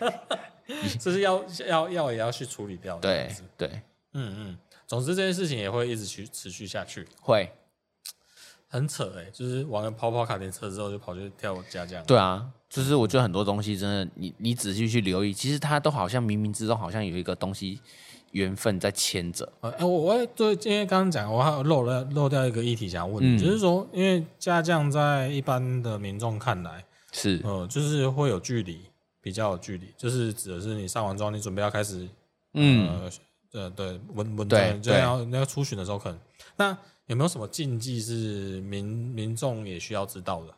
A: 这是要要要也要去处理掉。这样
B: 对
A: 子
B: 对
A: 嗯嗯，总之这件事情也会一直去持续下去，欸
B: 会，
A: 很扯哎、就是玩了跑跑卡丁车之后就跑去跳家这样。
B: 对啊，就是我觉得很多东西真的，你你仔细去留意，其实它都好像冥冥之中好像有一个东西缘分在牵着。
A: 呃，哎，我我对今天刚刚讲，我还有漏了漏掉一个议题想问，
B: 嗯
A: 就是说，因为家将在一般的民众看来，
B: 是，
A: 呃，就是会有距离，比较有距离，就是指的是你上完妆，你准备要开始，
B: 嗯，
A: 呃，呃，对，文文
B: 对
A: 章就
B: 对
A: 要那个初选的时候，可能那有没有什么禁忌是民民众也需要知道 的？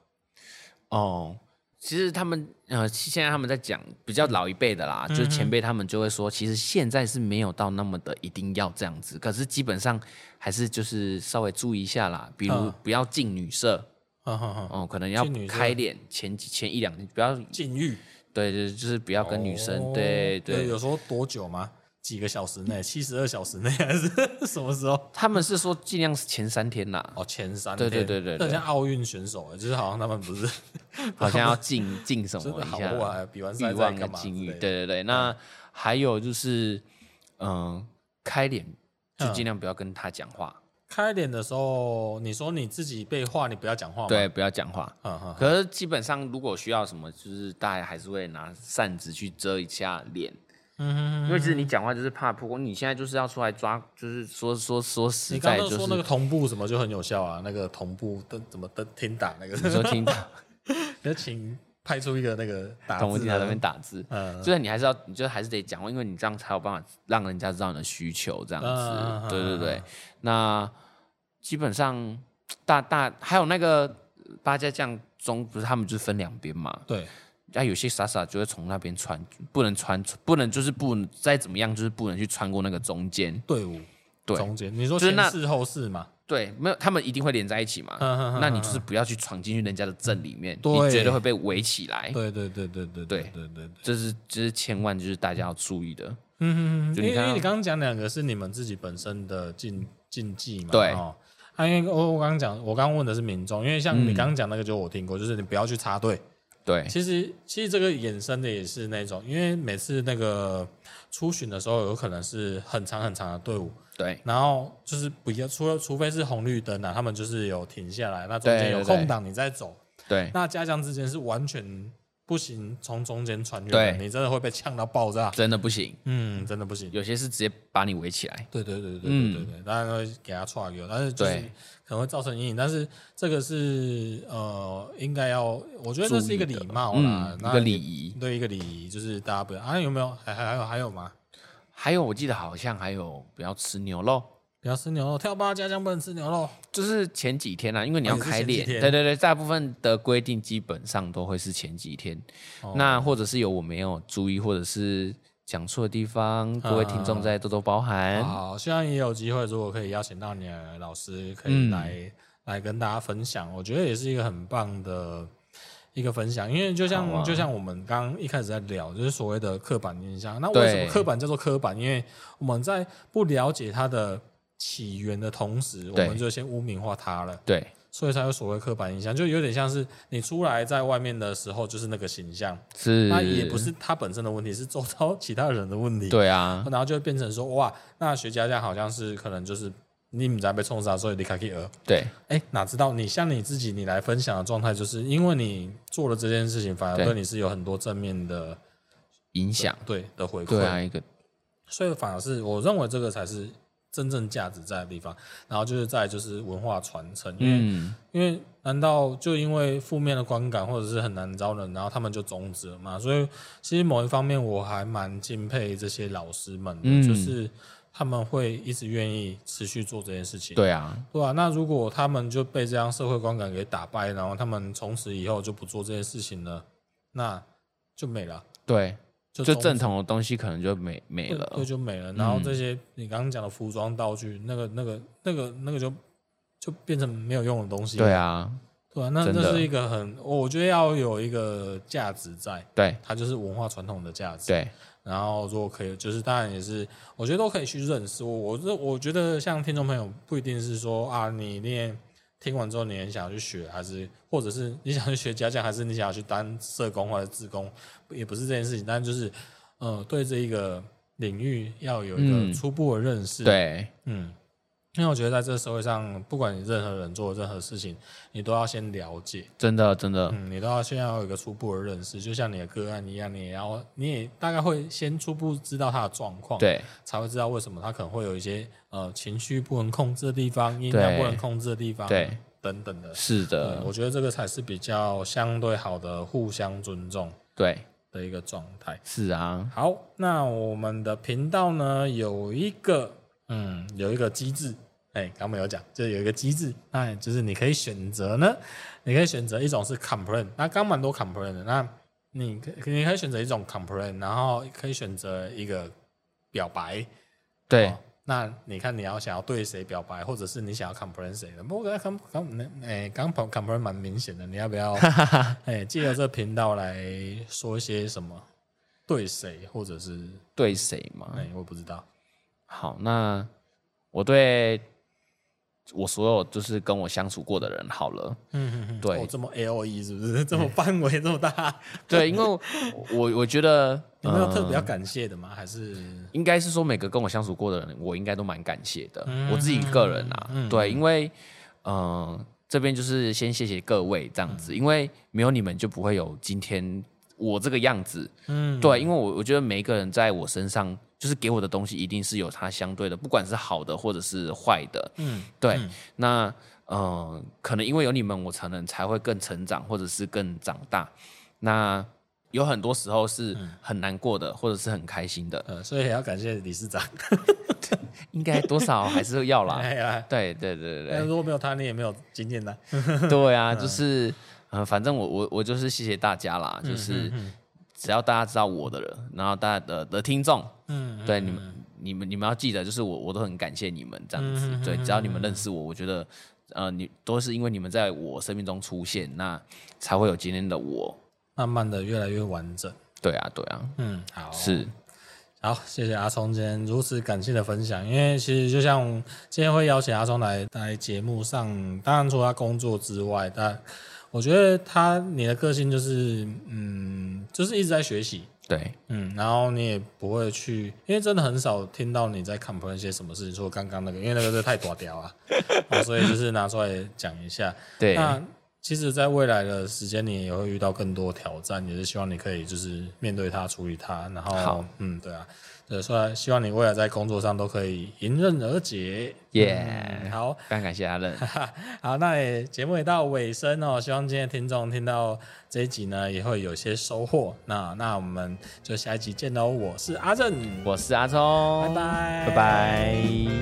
B: 哦。其实他们呃，现在他们在讲比较老一辈的
A: 嗯
B: 啦，就是前辈他们就会说，其实现在是没有到那么的一定要这样子，可是基本上还是就是稍微注意一下啦，比如
A: 嗯
B: 不要进女色
A: 哈哈哈，
B: 哦，可能要
A: 进女色
B: 开脸前几前一两天不要
A: 禁欲
B: 对对，就是不要跟女生、
A: 哦
B: 对对
A: 有 说多久吗？几个小时内，七十二小时内还是 什么时候？
B: 他们是说尽量是前三天啦，
A: 哦，前三
B: 对对
A: 天
B: 对对
A: 那很
B: 对
A: 像奥运选手欸，就是好像他们 不是
B: 好像 要进进什
A: 真
B: 么
A: 的好
B: 哦一下，
A: 啊，比完
B: 欲
A: 赛再
B: 望的
A: 干嘛之
B: 境
A: 类
B: 遇。
A: 的？嗯
B: 对对对，那还有就是，嗯、开脸
A: 嗯
B: 就尽量不要跟他讲话，
A: 开脸的时候，你说你自己被画，你不要讲话吗？
B: 对，不要讲话。
A: 哦嗯，嗯
B: 可是基本上，如果需要什么，就是大家还是会拿扇子去遮一下脸，
A: 嗯，
B: 因为其实你讲话就是怕曝光。你现在就是要出来抓，就是说说说实
A: 你刚
B: 在，
A: 刚
B: 就
A: 说
B: 是
A: 那个同步什么就很有效啊，那个同步的 怎么 的听打那个，
B: 你说听
A: 要请派出一个那个打
B: 同我
A: 字啊
B: 听到那边
A: 的，
B: 打字，
A: 嗯，
B: 就是你还是要，你就还是得讲话，因为你这样才有办法让人家知道你的需求，这样子。
A: 嗯嗯嗯
B: 对对对
A: 嗯，
B: 那基本上大大还有那个八家将中，不是他们就是分两边嘛？
A: 对，
B: 那、有些傻傻就会从那边穿，不能穿，不能就是不能再怎么样，就是不能去穿过那个中间。
A: 队伍
B: 对
A: 中间，你说
B: 就
A: 前
B: 是那
A: 四后四嘛，
B: 对，没有，他们一定会连在一起嘛。
A: 嗯嗯嗯
B: 那你就是不要去闯进去人家的阵里面，
A: 对
B: 你绝对会被围起来。
A: 对对对对对
B: 对
A: 对对，
B: 这是这是千万就是大家要注意的。
A: 嗯，嗯嗯
B: 就
A: 因
B: 你
A: 为因
B: 看啊
A: 为
B: 到
A: 你刚刚讲两个是你们自己本身的禁禁忌嘛，
B: 对
A: 哦。啊，因为我我刚刚讲，我刚刚问的是民众，因为像你刚刚讲那个，就我听过，就是你不要去插队。
B: 嗯对，
A: 其实，其实这个衍生的也是那种，因为每次那个初巡的时候，有可能是很长很长的队伍，
B: 对，
A: 然后就是不要，除了除非是红绿灯啊，他们就是有停下来，那中
B: 对
A: 间
B: 对
A: 有空档你再走，
B: 对，
A: 那家将之间是完全不行从中间穿越的，
B: 对
A: 你真的会被呛到爆炸。
B: 真的不行。
A: 嗯，真的不行。
B: 有些是直接把你围起来。
A: 对对对对对对对，当然会给他串流，但是就是
B: 嗯对
A: 可能会造成阴影。但是这个是呃，应该要，我觉得这是一个礼貌啦
B: 嗯，，一
A: 那
B: 个礼仪。
A: 对一个礼仪，就是大家不要啊，有没有？还还还有还有吗？
B: 还有，我记得好像还有不要吃牛肉，
A: 不要吃牛肉，跳八家将不能吃牛肉。
B: 就是前几天啊，因为你
A: 哦
B: 要
A: 也是
B: 开
A: 前几
B: 练，
A: 天
B: 对对对，大部分的规定基本上都会是前几天。
A: 哦
B: 那或者是有我没有注意，或者是讲错的地方，
A: 啊
B: 各位听众再多多包涵。
A: 好，希望也有机会，如果可以邀请到你的老师，可以
B: 嗯
A: 来、来跟大家分享，我觉得也是一个很棒的一个分享。因为就像、
B: 好啊
A: 就像我们刚刚一开始在聊，就是所谓的刻板印象。那为什么
B: 对
A: 刻板叫做刻板？因为我们在不了解它的起源的同时，我
B: 对
A: 们就先污名化它了，
B: 对
A: 所以才有所谓刻板印象。就有点像是你出来在外面的时候，就是那个形象，
B: 是，
A: 那也不，是它本身的问题，是周遭其他人的问题。
B: 对啊，
A: 然后就会变成说，哇，那学家这样好像是可能就是你们在被冲杀，所以离开去而，
B: 对
A: 哎，哪知道你像你自己，你来分享的状态，就是因为你做了这件事情，反而
B: 对
A: 对你是有很多正面的
B: 影响，
A: 对的回
B: 对
A: 馈，
B: 啊，一个
A: 所以反而是我认为这个才是真正价值在的地方。然后就是在就是文化传承，因为
B: 嗯，
A: 因为难道就因为负面的观感或者是很难招人，然后他们就终止了嘛？所以其实某一方面我还蛮敬佩这些老师们的，
B: 嗯
A: 就是他们会一直愿意持续做这件事情，
B: 对啊，
A: 对啊，那如果他们就被这样社会观感给打败，然后他们从此以后就不做这件事情了，那就没了，
B: 对，
A: 就
B: 就
A: 终
B: 正统的东西可能就没没
A: 对
B: 了嗯
A: 对，，就没了。然后这些你刚刚讲的服装道具，那个、那个、那个、那个就就变成没有用的东西了。
B: 对啊，
A: 对啊，那
B: 真的
A: 这是一个很，我觉得要有一个价值在，
B: 对
A: 它就是文化传统的价值。
B: 对，
A: 然后如果可以，就是当然也是，我觉得都可以去认识。我我这我觉得像听众朋友不一定是说啊，你练听完之后你很想要去学，还是或者是你想去学家教，还是你想要去当社工或者志工，也不是这件事情。但就是呃，对这一个领域要有一个
B: 嗯
A: 初步的认识。，
B: 对。
A: 嗯，因为我觉得在这个社会上，不管你任何人做任何事情，你都要先了解，
B: 真的真的，
A: 嗯，你都要先要有一个初步的认识，就像你的个案一样，你也要你也大概会先初步知道他的状况，，
B: 对
A: 才会知道为什么他可能会有一些呃情绪不能控制的地方，音量不能控制的地方，
B: 对，
A: 等等的。
B: 是
A: 呃，
B: 的，
A: 我觉得这个才是比较相对好的互相尊重
B: 对，
A: 的一个状态。
B: 是啊，
A: 好，那我们的频道呢有一个，嗯，有一个机制，哎、刚刚没有讲，就有一个机制，那就是你可以选择呢，你可以选择一种是 complain，那刚蛮多 complain 的，那你可你可以选择一种 complain，然后可以选择一个表白，
B: 对，
A: 哦那你看你要想要对谁表白，或者是你想要 complain 谁的？不过刚刚诶，刚 complain 蛮明显的，你要不要哎借由这频道来说一些什么？对谁，或者是
B: 对谁嘛？
A: 哎，我不知道。
B: 好，那我对我所有就是跟我相处过的人好了，
A: 嗯嗯嗯，
B: 对
A: 哦这么 L O E 是不是？这么范围这么大，
B: 对，因为我我我觉得
A: 有没有特别要
B: 嗯
A: 感谢的吗？还是
B: 应该是说每个跟我相处过的人，我应该都蛮感谢的。
A: 嗯
B: 我自己个人啊，
A: 嗯
B: 对，因为嗯、呃这边就是先谢谢各位这样
A: 嗯
B: 子，因为没有你们就不会有今天我这个样子。
A: 嗯，
B: 对，因为我我觉得每一个人在我身上，就是给我的东西一定是有它相对的，不管是好的或者是坏的。
A: 嗯，
B: 对，那嗯、呃可能因为有你们，我才能才会更成长，或者是更长大。那有很多时候是
A: 嗯
B: 很难过的，或者是很开心的，
A: 呃，所以也要感谢理事长。
B: 应该多少还是 要啦。
A: 哎呀，
B: 对对啊对
A: 那
B: 对
A: 如果没有他，你也没有今天的。
B: 对，对
A: 嗯
B: 啊，就是呃，反正我我我就是谢谢大家
A: 嗯
B: 啦，就是只要大家知道我的人，然后大家的的听众，
A: 嗯，
B: 对你们你们你们要记得，就是我我都很感谢你们这样
A: 嗯
B: 子，对，只要你们认识我，我觉得呃，你都是因为你们在我生命中出现，那才会有今天的我。
A: 慢慢的越来越完整。
B: 对啊，对啊，
A: 嗯，好，
B: 是
A: 好，谢谢阿聪今天如此感谢的分享。因为其实就像今天会邀请阿聪来来节目上，当然除了他工作之外，但我觉得他你的个性就是嗯，就是一直在学习，
B: 对，
A: 嗯，然后你也不会去，因为真的很少听到你在 complain 一些什么事情，说刚刚那个，因为那个真的太短屌啊、哦所以就是拿出来讲一下。
B: 对，
A: 那其实，在未来的时间，你也会遇到更多挑战，也是希望你可以就是面对它、处理它，然后
B: 好，
A: 嗯，对啊，对，所以希望你未来在工作上都可以迎刃而解。
B: 耶
A: 嗯好
B: 非常感谢阿任，
A: 好，那也节目也到尾声哦，希望今天的听众听到这一集呢，也会有些收获。那那我们就下一集见喽，我是阿正，
B: 我是阿聪，
A: 拜拜
B: 拜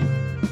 B: 拜。